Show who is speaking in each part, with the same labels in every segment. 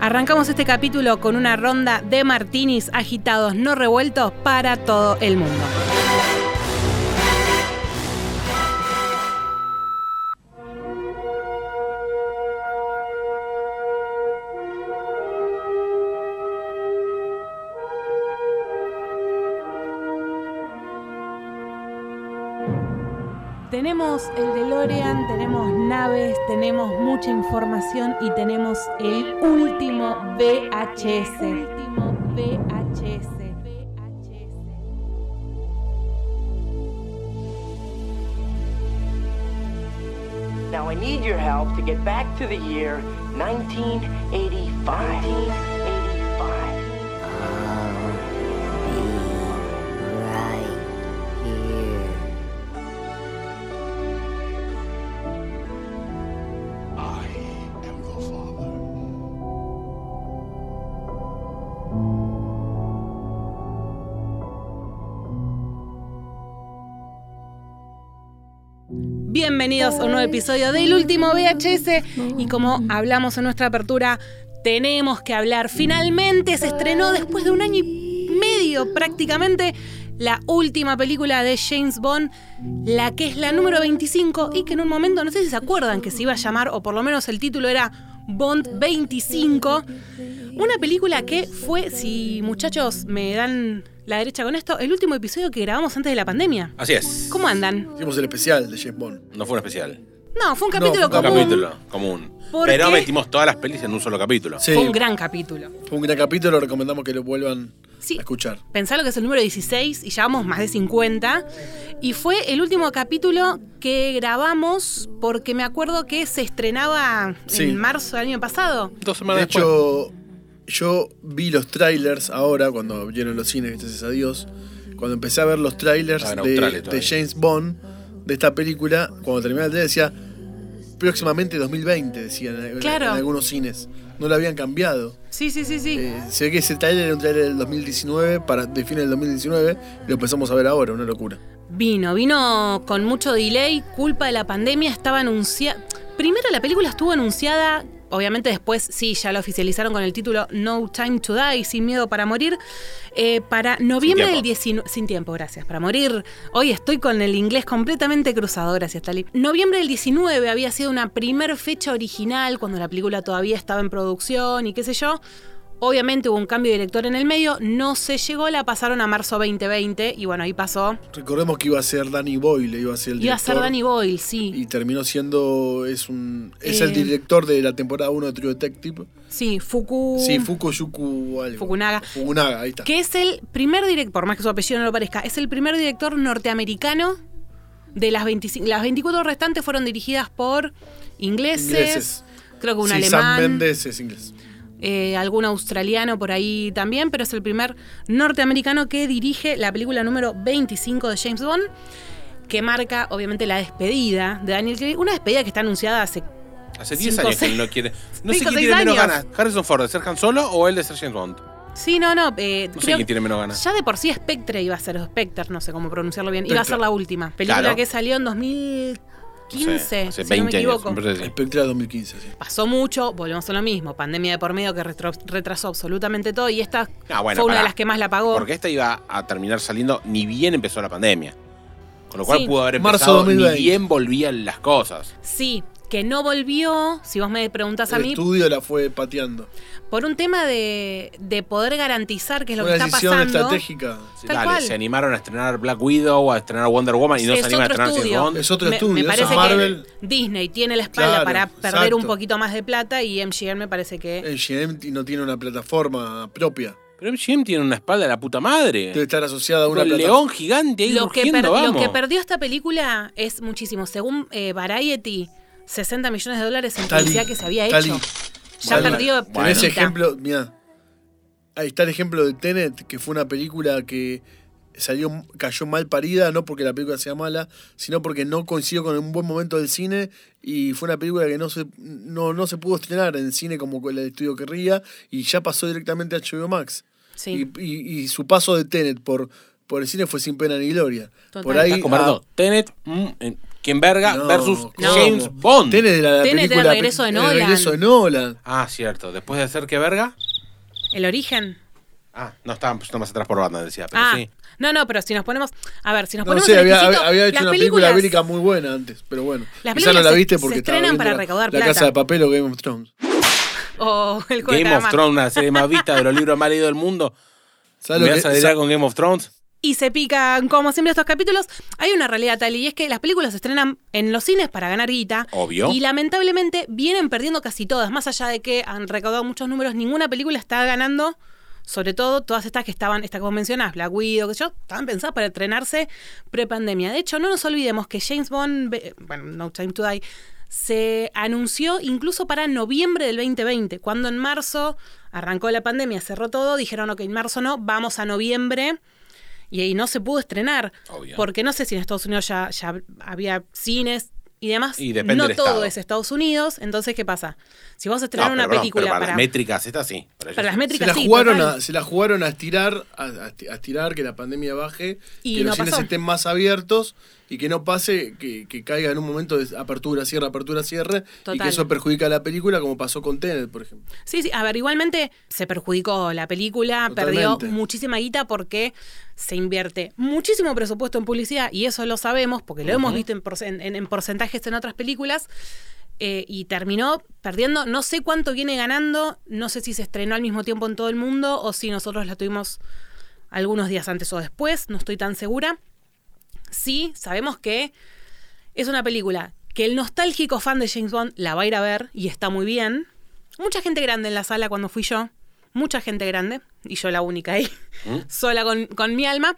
Speaker 1: Arrancamos este capítulo con una ronda de martinis agitados, no revueltos, para todo el mundo. Tenemos el DeLorean, tenemos naves, tenemos mucha información y tenemos el último VHS.
Speaker 2: Now I need your help to get back to the year 1985. 1985.
Speaker 3: I am the father.
Speaker 1: Bienvenidos a un nuevo episodio del último VHS y como hablamos en nuestra apertura, tenemos que hablar. Finalmente se estrenó después de un año y medio prácticamente la última película de James Bond, la que es la número 25 y que en un momento, no sé si se acuerdan que se iba a llamar, o por lo menos el título era Bond 25. Una película que fue, si muchachos me dan la derecha con esto, el último episodio que grabamos antes de la pandemia.
Speaker 4: Así es.
Speaker 1: ¿Cómo andan?
Speaker 5: Hicimos el especial de James Bond.
Speaker 4: No fue un especial.
Speaker 1: No, fue un capítulo
Speaker 5: No, fue
Speaker 4: Un
Speaker 5: un
Speaker 1: común.
Speaker 4: capítulo común.
Speaker 1: ¿Por
Speaker 4: Pero
Speaker 1: qué?
Speaker 4: metimos todas las pelis en un solo capítulo.
Speaker 5: Sí,
Speaker 1: Fue un gran capítulo.
Speaker 5: fue un gran capítulo, recomendamos que lo vuelvan
Speaker 1: Sí.
Speaker 5: a escuchar.
Speaker 1: Pensá lo que es el número 16 y llevamos más de 50. Y fue el último capítulo que grabamos porque me acuerdo que se estrenaba
Speaker 5: Sí.
Speaker 1: en marzo del año pasado.
Speaker 4: Dos semanas
Speaker 5: De
Speaker 4: después.
Speaker 5: hecho, yo vi los trailers ahora, cuando vieron los cines, gracias a Dios. Cuando empecé a ver los trailers
Speaker 4: Ah, en
Speaker 5: de,
Speaker 4: Australia
Speaker 5: de
Speaker 4: todavía.
Speaker 5: James Bond, de esta película, cuando terminaba el trailer decía próximamente 2020, decían en,
Speaker 1: Claro.
Speaker 5: en algunos cines. No lo habían cambiado.
Speaker 1: Sí, sí, sí, sí.
Speaker 5: Eh, se ve que ese trailer era un trailer del 2019, para, de fines del 2019, y lo empezamos a ver ahora, una locura.
Speaker 1: Vino, vino con mucho delay, culpa de la pandemia, estaba anunciada. Primero la película estuvo anunciada, obviamente después sí, ya la oficializaron con el título No Time to Die, Sin Miedo para Morir, eh, para noviembre
Speaker 4: tiempo.
Speaker 1: del 19... Sin tiempo, gracias, para morir. Hoy estoy con el inglés completamente cruzado, gracias Tali. Noviembre del 19 había sido una primer fecha original, cuando la película todavía estaba en producción y qué sé yo. Obviamente hubo un cambio de director en el medio, no se llegó, la pasaron a marzo 2020 y bueno, ahí pasó
Speaker 5: Recordemos que iba a ser Danny Boyle, iba a ser el
Speaker 1: Iba a ser
Speaker 5: director.
Speaker 1: Danny Boyle, sí.
Speaker 5: Y terminó siendo. Es un es
Speaker 1: Eh.
Speaker 5: el director de la temporada 1 de True Detective.
Speaker 1: Sí, Fuku.
Speaker 5: Sí, Fukuyoku algo.
Speaker 1: Uh. Fukunaga.
Speaker 5: Fukunaga, ahí está.
Speaker 1: Que es el primer director, por más que su apellido no lo parezca, es el primer director norteamericano de las 25. Las 24 restantes fueron dirigidas por ingleses.
Speaker 5: Ingleses.
Speaker 1: Creo que un
Speaker 5: sí, Sam
Speaker 1: alemán.
Speaker 5: Mendes es inglés.
Speaker 1: eh, algún australiano por ahí también, pero es el primer norteamericano que dirige la película número 25 de James Bond, que marca obviamente la despedida de Daniel Craig, una despedida que está anunciada hace...
Speaker 4: Hace 10
Speaker 1: cinco,
Speaker 4: años que
Speaker 1: seis-
Speaker 4: él no quiere. No sé
Speaker 1: cinco, seis
Speaker 4: quién tiene menos
Speaker 1: años.
Speaker 4: ganas. Harrison Ford de ser Han Solo o él de ser James Bond.
Speaker 1: Sí, no, no. eh,
Speaker 4: No sé
Speaker 1: creo-
Speaker 4: quién tiene menos ganas.
Speaker 1: Ya de por sí Spectre iba a ser, o Spectre, no sé cómo pronunciarlo bien, iba a ser
Speaker 5: Spectre.
Speaker 1: la última. Película
Speaker 4: Claro.
Speaker 1: que salió en 2015,
Speaker 4: No sé, hace
Speaker 1: si
Speaker 4: 20
Speaker 1: no me
Speaker 4: años.
Speaker 1: equivoco.
Speaker 4: me parece que sí.
Speaker 5: Spectra 2015, sí.
Speaker 1: Pasó mucho, volvemos a lo mismo, pandemia de por medio que retro- retrasó absolutamente todo y esta
Speaker 4: Ah, bueno,
Speaker 1: fue una de
Speaker 4: pará.
Speaker 1: las que más la pagó.
Speaker 4: Porque esta iba a terminar saliendo ni bien empezó la pandemia. Con lo cual
Speaker 1: Sí.
Speaker 4: pudo haber
Speaker 5: Marzo
Speaker 4: empezado ni
Speaker 5: 2020.
Speaker 4: bien volvían las cosas.
Speaker 1: Sí, que no volvió, si vos me preguntás a
Speaker 5: El
Speaker 1: mí,
Speaker 5: estudio la fue pateando.
Speaker 1: por un tema de, de poder garantizar que es lo
Speaker 5: Una
Speaker 1: que está
Speaker 5: decisión
Speaker 1: pasando.
Speaker 5: estratégica.
Speaker 1: Tal
Speaker 4: Dale,
Speaker 1: cual.
Speaker 4: se animaron a estrenar Black Widow, a estrenar Wonder Woman Ah, y no
Speaker 1: Es
Speaker 4: se animan a
Speaker 1: otro
Speaker 4: estrenar James
Speaker 1: estudio.
Speaker 4: Bond.
Speaker 5: Es otro
Speaker 1: me,
Speaker 5: estudio,
Speaker 1: me
Speaker 5: es
Speaker 1: parece
Speaker 5: Marvel.
Speaker 1: que Disney tiene la espalda
Speaker 5: Claro,
Speaker 1: para perder un
Speaker 5: exacto. Eh,
Speaker 1: poquito más de plata y MGM me parece que...
Speaker 5: MGM no tiene una plataforma propia.
Speaker 4: Pero MGM tiene una espalda de la puta madre.
Speaker 5: Debe estar asociada a una
Speaker 4: Un
Speaker 5: plataforma.
Speaker 4: león gigante ahí
Speaker 1: lo que,
Speaker 4: rugiendo,
Speaker 1: per- lo
Speaker 4: vamos.
Speaker 1: que perdió esta película es muchísimo. Según eh, Variety, 60 millones de dólares en
Speaker 5: Tali,
Speaker 1: publicidad que se había
Speaker 5: Tali,
Speaker 1: hecho. Ya
Speaker 5: Tali,
Speaker 1: perdió
Speaker 5: Tenés
Speaker 1: platita.
Speaker 5: ejemplo, mira. Ahí está el ejemplo de Tenet, que fue una película que salió cayó mal parida, no porque la película sea mala, sino porque no coincidió con un buen momento del cine y fue una película que no se no, no se pudo estrenar en cine como el estudio querría y ya pasó directamente a HBO Max.
Speaker 1: Sí.
Speaker 5: Y, y- y su paso de Tenet por, por el cine fue sin pena ni gloria.
Speaker 1: Total.
Speaker 5: Por ahí
Speaker 4: Estás con Bardo.
Speaker 5: a-
Speaker 4: Tenet, mm, en- quien verga
Speaker 5: No,
Speaker 4: versus
Speaker 5: ¿cómo?
Speaker 4: James Bond.
Speaker 5: Tenet era la
Speaker 1: Tenet era el
Speaker 5: película.
Speaker 1: regreso de
Speaker 5: el
Speaker 1: Nolan.
Speaker 5: regreso de Nolan.
Speaker 4: Ah, cierto. Después de hacer que verga.
Speaker 1: El origen.
Speaker 4: Ah, no estaban puesto más atrás por banda, decía, pero
Speaker 1: Ah,
Speaker 4: sí.
Speaker 1: no, no, pero si nos ponemos. A ver, si nos
Speaker 5: No
Speaker 1: ponemos.
Speaker 5: sé,
Speaker 1: en
Speaker 5: había,
Speaker 1: exquisito,
Speaker 5: había- había hecho
Speaker 1: las
Speaker 5: una película
Speaker 1: películas-
Speaker 5: bélica muy buena antes, pero bueno.
Speaker 1: Las
Speaker 5: Quizá no
Speaker 1: películas
Speaker 5: la
Speaker 1: se-
Speaker 5: viste
Speaker 1: se
Speaker 5: porque estaba
Speaker 1: estrenan
Speaker 5: viendo
Speaker 1: para
Speaker 5: la-
Speaker 1: recaudar
Speaker 5: la,
Speaker 1: plata.
Speaker 5: casa de papel o Game of Thrones.
Speaker 1: O el juego de
Speaker 4: Game of
Speaker 1: calamar.
Speaker 4: Thrones, una serie más vista de los libros más leídos del mundo.
Speaker 5: ¿Sabes
Speaker 4: ¿Me
Speaker 5: lo que-
Speaker 4: vas a lidiar con Game of Thrones?
Speaker 1: y se pican, como siempre, estos capítulos. Hay una realidad, tal y es que las películas se estrenan en los cines para ganar guita.
Speaker 4: Obvio.
Speaker 1: Y lamentablemente vienen perdiendo casi todas. Más allá de que han recaudado muchos números, ninguna película está ganando. Sobre todo todas estas que estaban, estas que vos mencionás, Black Widow, que yo, estaban pensadas para estrenarse prepandemia. De hecho, no nos olvidemos que James Bond, ve- bueno, No Time to Die, se anunció incluso para noviembre del 2020, cuando en marzo arrancó la pandemia, cerró todo, dijeron, ok, en marzo no, vamos a noviembre y ahí no se pudo estrenar.
Speaker 4: Obvio.
Speaker 1: Porque no sé si en Estados Unidos ya, ya había cines y demás.
Speaker 4: Y depende
Speaker 1: no
Speaker 4: del
Speaker 1: todo
Speaker 4: estado.
Speaker 1: es Estados Unidos. Entonces, ¿qué pasa? Si vos
Speaker 4: No,
Speaker 1: estrenás
Speaker 4: pero
Speaker 1: una
Speaker 4: perdón,
Speaker 1: película
Speaker 4: pero para,
Speaker 1: para,
Speaker 4: las métricas, esta sí. para
Speaker 1: para las
Speaker 4: ellos sí.
Speaker 5: se
Speaker 1: métricas,
Speaker 5: la,
Speaker 1: sí,
Speaker 5: jugaron
Speaker 1: total.
Speaker 5: a, se la jugaron a estirar, a, a- a estirar que la pandemia baje,
Speaker 1: Y
Speaker 5: que
Speaker 1: no
Speaker 5: los cines
Speaker 1: pasó.
Speaker 5: estén más abiertos y que no pase que, que caiga en un momento de apertura, cierre, apertura, cierre, y
Speaker 1: Total.
Speaker 5: que eso perjudica a la película como pasó con Tenet, por ejemplo.
Speaker 1: Sí, sí, a ver, igualmente se perjudicó la película,
Speaker 5: Totalmente.
Speaker 1: perdió muchísima guita porque se invierte muchísimo presupuesto en publicidad y eso lo sabemos porque lo hemos visto en, porce- en- en porcentajes en otras películas. eh, y terminó perdiendo, no sé cuánto viene ganando, no sé si se estrenó al mismo tiempo en todo el mundo o si nosotros la tuvimos algunos días antes o después, no estoy tan segura. Sí, sabemos que es una película que el nostálgico fan de James Bond la va a ir a ver y está muy bien. Mucha gente grande en la sala cuando fui yo. Mucha gente grande. Y yo la única ahí.
Speaker 4: ¿Mm?
Speaker 1: Sola con, con mi alma.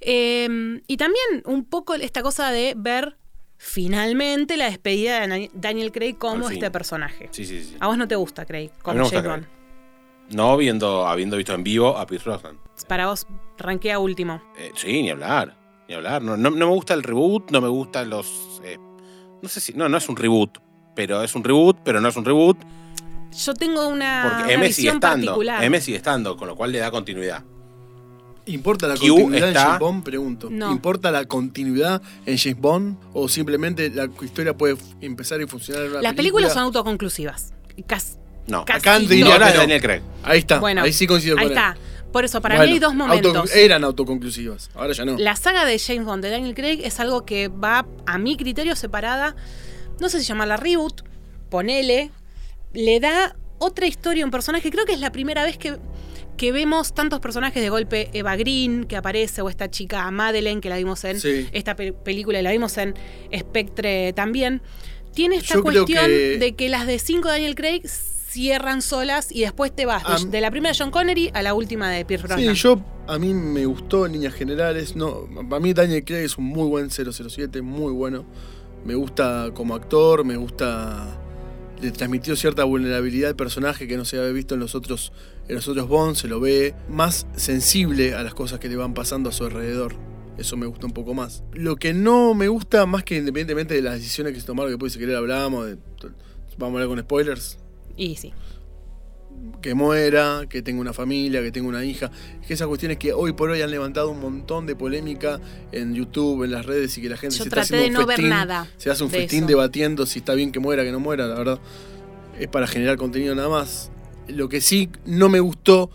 Speaker 1: Eh, y también un poco esta cosa de ver finalmente la despedida de Dani- Daniel Craig como
Speaker 4: Al fin.
Speaker 1: este personaje.
Speaker 4: Sí, sí, sí.
Speaker 1: A vos no te gusta Craig
Speaker 4: A mí
Speaker 1: como
Speaker 4: me gusta
Speaker 1: Ah, James Bond.
Speaker 4: No viendo, habiendo visto en vivo a Pierce Brosnan.
Speaker 1: Para vos, ranquea último.
Speaker 4: Eh, sí, ni hablar. Ni hablar. No, no, no me gusta el reboot, no me gustan los. eh, no sé si. No, no es un reboot. Pero es un reboot, pero no es un reboot.
Speaker 1: Yo tengo una,
Speaker 4: Porque
Speaker 1: Ah, una
Speaker 4: M sigue
Speaker 1: visión
Speaker 4: estando.
Speaker 1: particular.
Speaker 4: M sigue estando, con lo cual le da continuidad.
Speaker 5: ¿Importa la
Speaker 4: Q
Speaker 5: continuidad
Speaker 4: está-
Speaker 5: en James Bond? Pregunto.
Speaker 1: No.
Speaker 5: ¿Importa la continuidad en James Bond? ¿O simplemente la historia puede f- empezar y funcionar en una
Speaker 1: Las películas son autoconclusivas. Cas-
Speaker 4: No.
Speaker 1: Casi
Speaker 5: Acá
Speaker 4: Ni
Speaker 5: diría
Speaker 4: hablar de
Speaker 5: que no.
Speaker 4: Daniel Craig.
Speaker 5: Ahí está,
Speaker 1: Bueno,
Speaker 5: Ah, ahí sí coincido
Speaker 1: ahí
Speaker 5: con él.
Speaker 1: está. Por eso, para mí
Speaker 5: Bueno,
Speaker 1: hay dos
Speaker 5: auto-
Speaker 1: momentos.
Speaker 5: eran autoconclusivas, ahora ya no.
Speaker 1: La saga de James Bond de Daniel Craig es algo que va, a mi criterio, separada. No sé si llamarla reboot, ponele. Le da otra historia a un personaje. Creo que es la primera vez que, que vemos tantos personajes de golpe. Eva Green, que aparece, o esta chica Madeleine, que la vimos en
Speaker 5: Sí.
Speaker 1: esta pe- película y la vimos en Spectre también. Tiene esta
Speaker 5: Yo creo
Speaker 1: cuestión
Speaker 5: que-
Speaker 1: de que las de 5 Daniel Craig cierran solas y después te vas. de-
Speaker 5: Am-
Speaker 1: de la primera de John Connery a la última de Pierce Brosnan.
Speaker 5: Sí, yo a mí me gustó en líneas generales. No, para mí Daniel Craig es un muy buen 007, muy bueno. Me gusta como actor, me gusta le transmitió cierta vulnerabilidad al personaje que no se había visto en los otros en los otros Bond, se lo ve más sensible a las cosas que le van pasando a su alrededor. Eso me gusta un poco más. Lo que no me gusta, más que independientemente de las decisiones que se tomaron, que puede si querer hablamos, de- vamos a hablar con spoilers,
Speaker 1: Y sí.
Speaker 5: que muera, que tenga una familia, que tenga una hija. Es que esas cuestiones que hoy por hoy han levantado un montón de polémica en YouTube, en las redes y que la gente
Speaker 1: Yo
Speaker 5: se está
Speaker 1: traté
Speaker 5: haciendo
Speaker 1: de
Speaker 5: un
Speaker 1: no ver
Speaker 5: festín,
Speaker 1: nada
Speaker 5: Se hace un
Speaker 1: de
Speaker 5: festín
Speaker 1: eso.
Speaker 5: debatiendo si está bien que muera, que no muera, la verdad. Es para generar contenido nada más. Lo que sí no me gustó,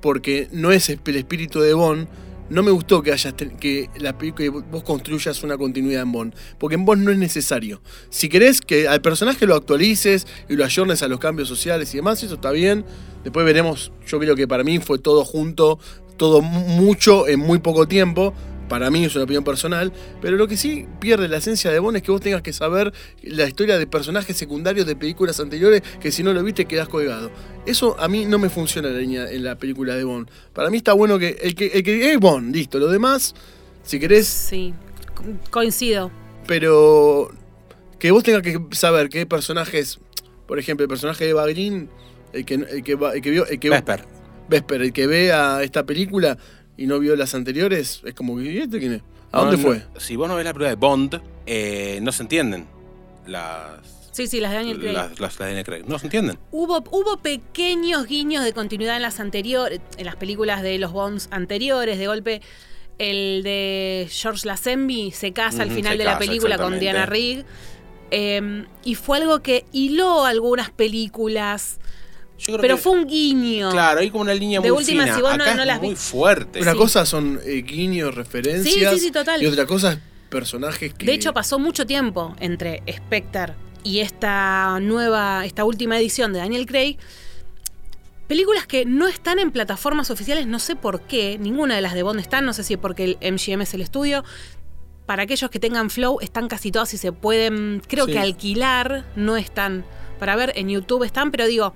Speaker 5: porque no es el espíritu de Bond, no me gustó que hayas ten- que la película que vos construyas una continuidad en Bond, porque en Bond no es necesario. Si querés que al personaje lo actualices y lo ayornes a los cambios sociales y demás, eso está bien. Después veremos, yo creo que para mí fue todo junto, todo mu- mucho en muy poco tiempo. Para mí es una opinión personal, pero lo que sí pierde la esencia de Bond es que vos tengas que saber la historia de personajes secundarios de películas anteriores que si no lo viste quedás colgado. Eso a mí no me funciona en la, línea- en la película de Bond. Para mí está bueno que el que, el que es Bond, listo. Lo demás, si querés,
Speaker 1: Sí, co- coincido.
Speaker 5: pero que vos tengas que saber qué personajes, por ejemplo, el personaje de Eva Green, el que, el que, va- el que vio, el que
Speaker 4: Vesper.
Speaker 5: Vesper, el que ve a esta película y no vio las anteriores, es como que ¿y este quién es? ¿A dónde
Speaker 4: No,
Speaker 5: fue?
Speaker 4: no, si vos no ves la prueba de Bond, eh, no se entienden las.
Speaker 1: Sí, sí, las de Daniel Craig.
Speaker 4: Las, las de Daniel Craig. No se entienden.
Speaker 1: Hubo, hubo pequeños guiños de continuidad en las anteriores, en las películas de los Bonds anteriores, de golpe. El de George Lazenby se casa al
Speaker 4: Ujú,
Speaker 1: final
Speaker 4: se
Speaker 1: de la
Speaker 4: casa,
Speaker 1: película con
Speaker 4: exactamente.
Speaker 1: Diana Rigg. Eh, y fue algo que hiló algunas películas,
Speaker 4: Yo creo
Speaker 1: pero
Speaker 4: que-
Speaker 1: fue un guiño.
Speaker 4: Claro, hay como una línea
Speaker 1: De
Speaker 4: muy
Speaker 1: última,
Speaker 4: fina.
Speaker 1: si vos no-
Speaker 4: Acá
Speaker 1: no
Speaker 4: es
Speaker 1: las
Speaker 4: muy
Speaker 1: vi-
Speaker 4: fuerte.
Speaker 5: Una
Speaker 1: Sí.
Speaker 5: cosa son eh, guiños, referencias.
Speaker 1: Sí, sí, sí, total.
Speaker 5: Y otra cosa es personajes que.
Speaker 1: De hecho, pasó mucho tiempo entre Spectre y esta nueva, esta última edición de Daniel Craig. Películas que no están en plataformas oficiales, no sé por qué, ninguna de las de Bond están, no sé si porque el MGM es el estudio. Para aquellos que tengan Flow, están casi todas y se pueden, creo
Speaker 5: Sí.
Speaker 1: que alquilar, no están. Para ver, en YouTube están, pero digo,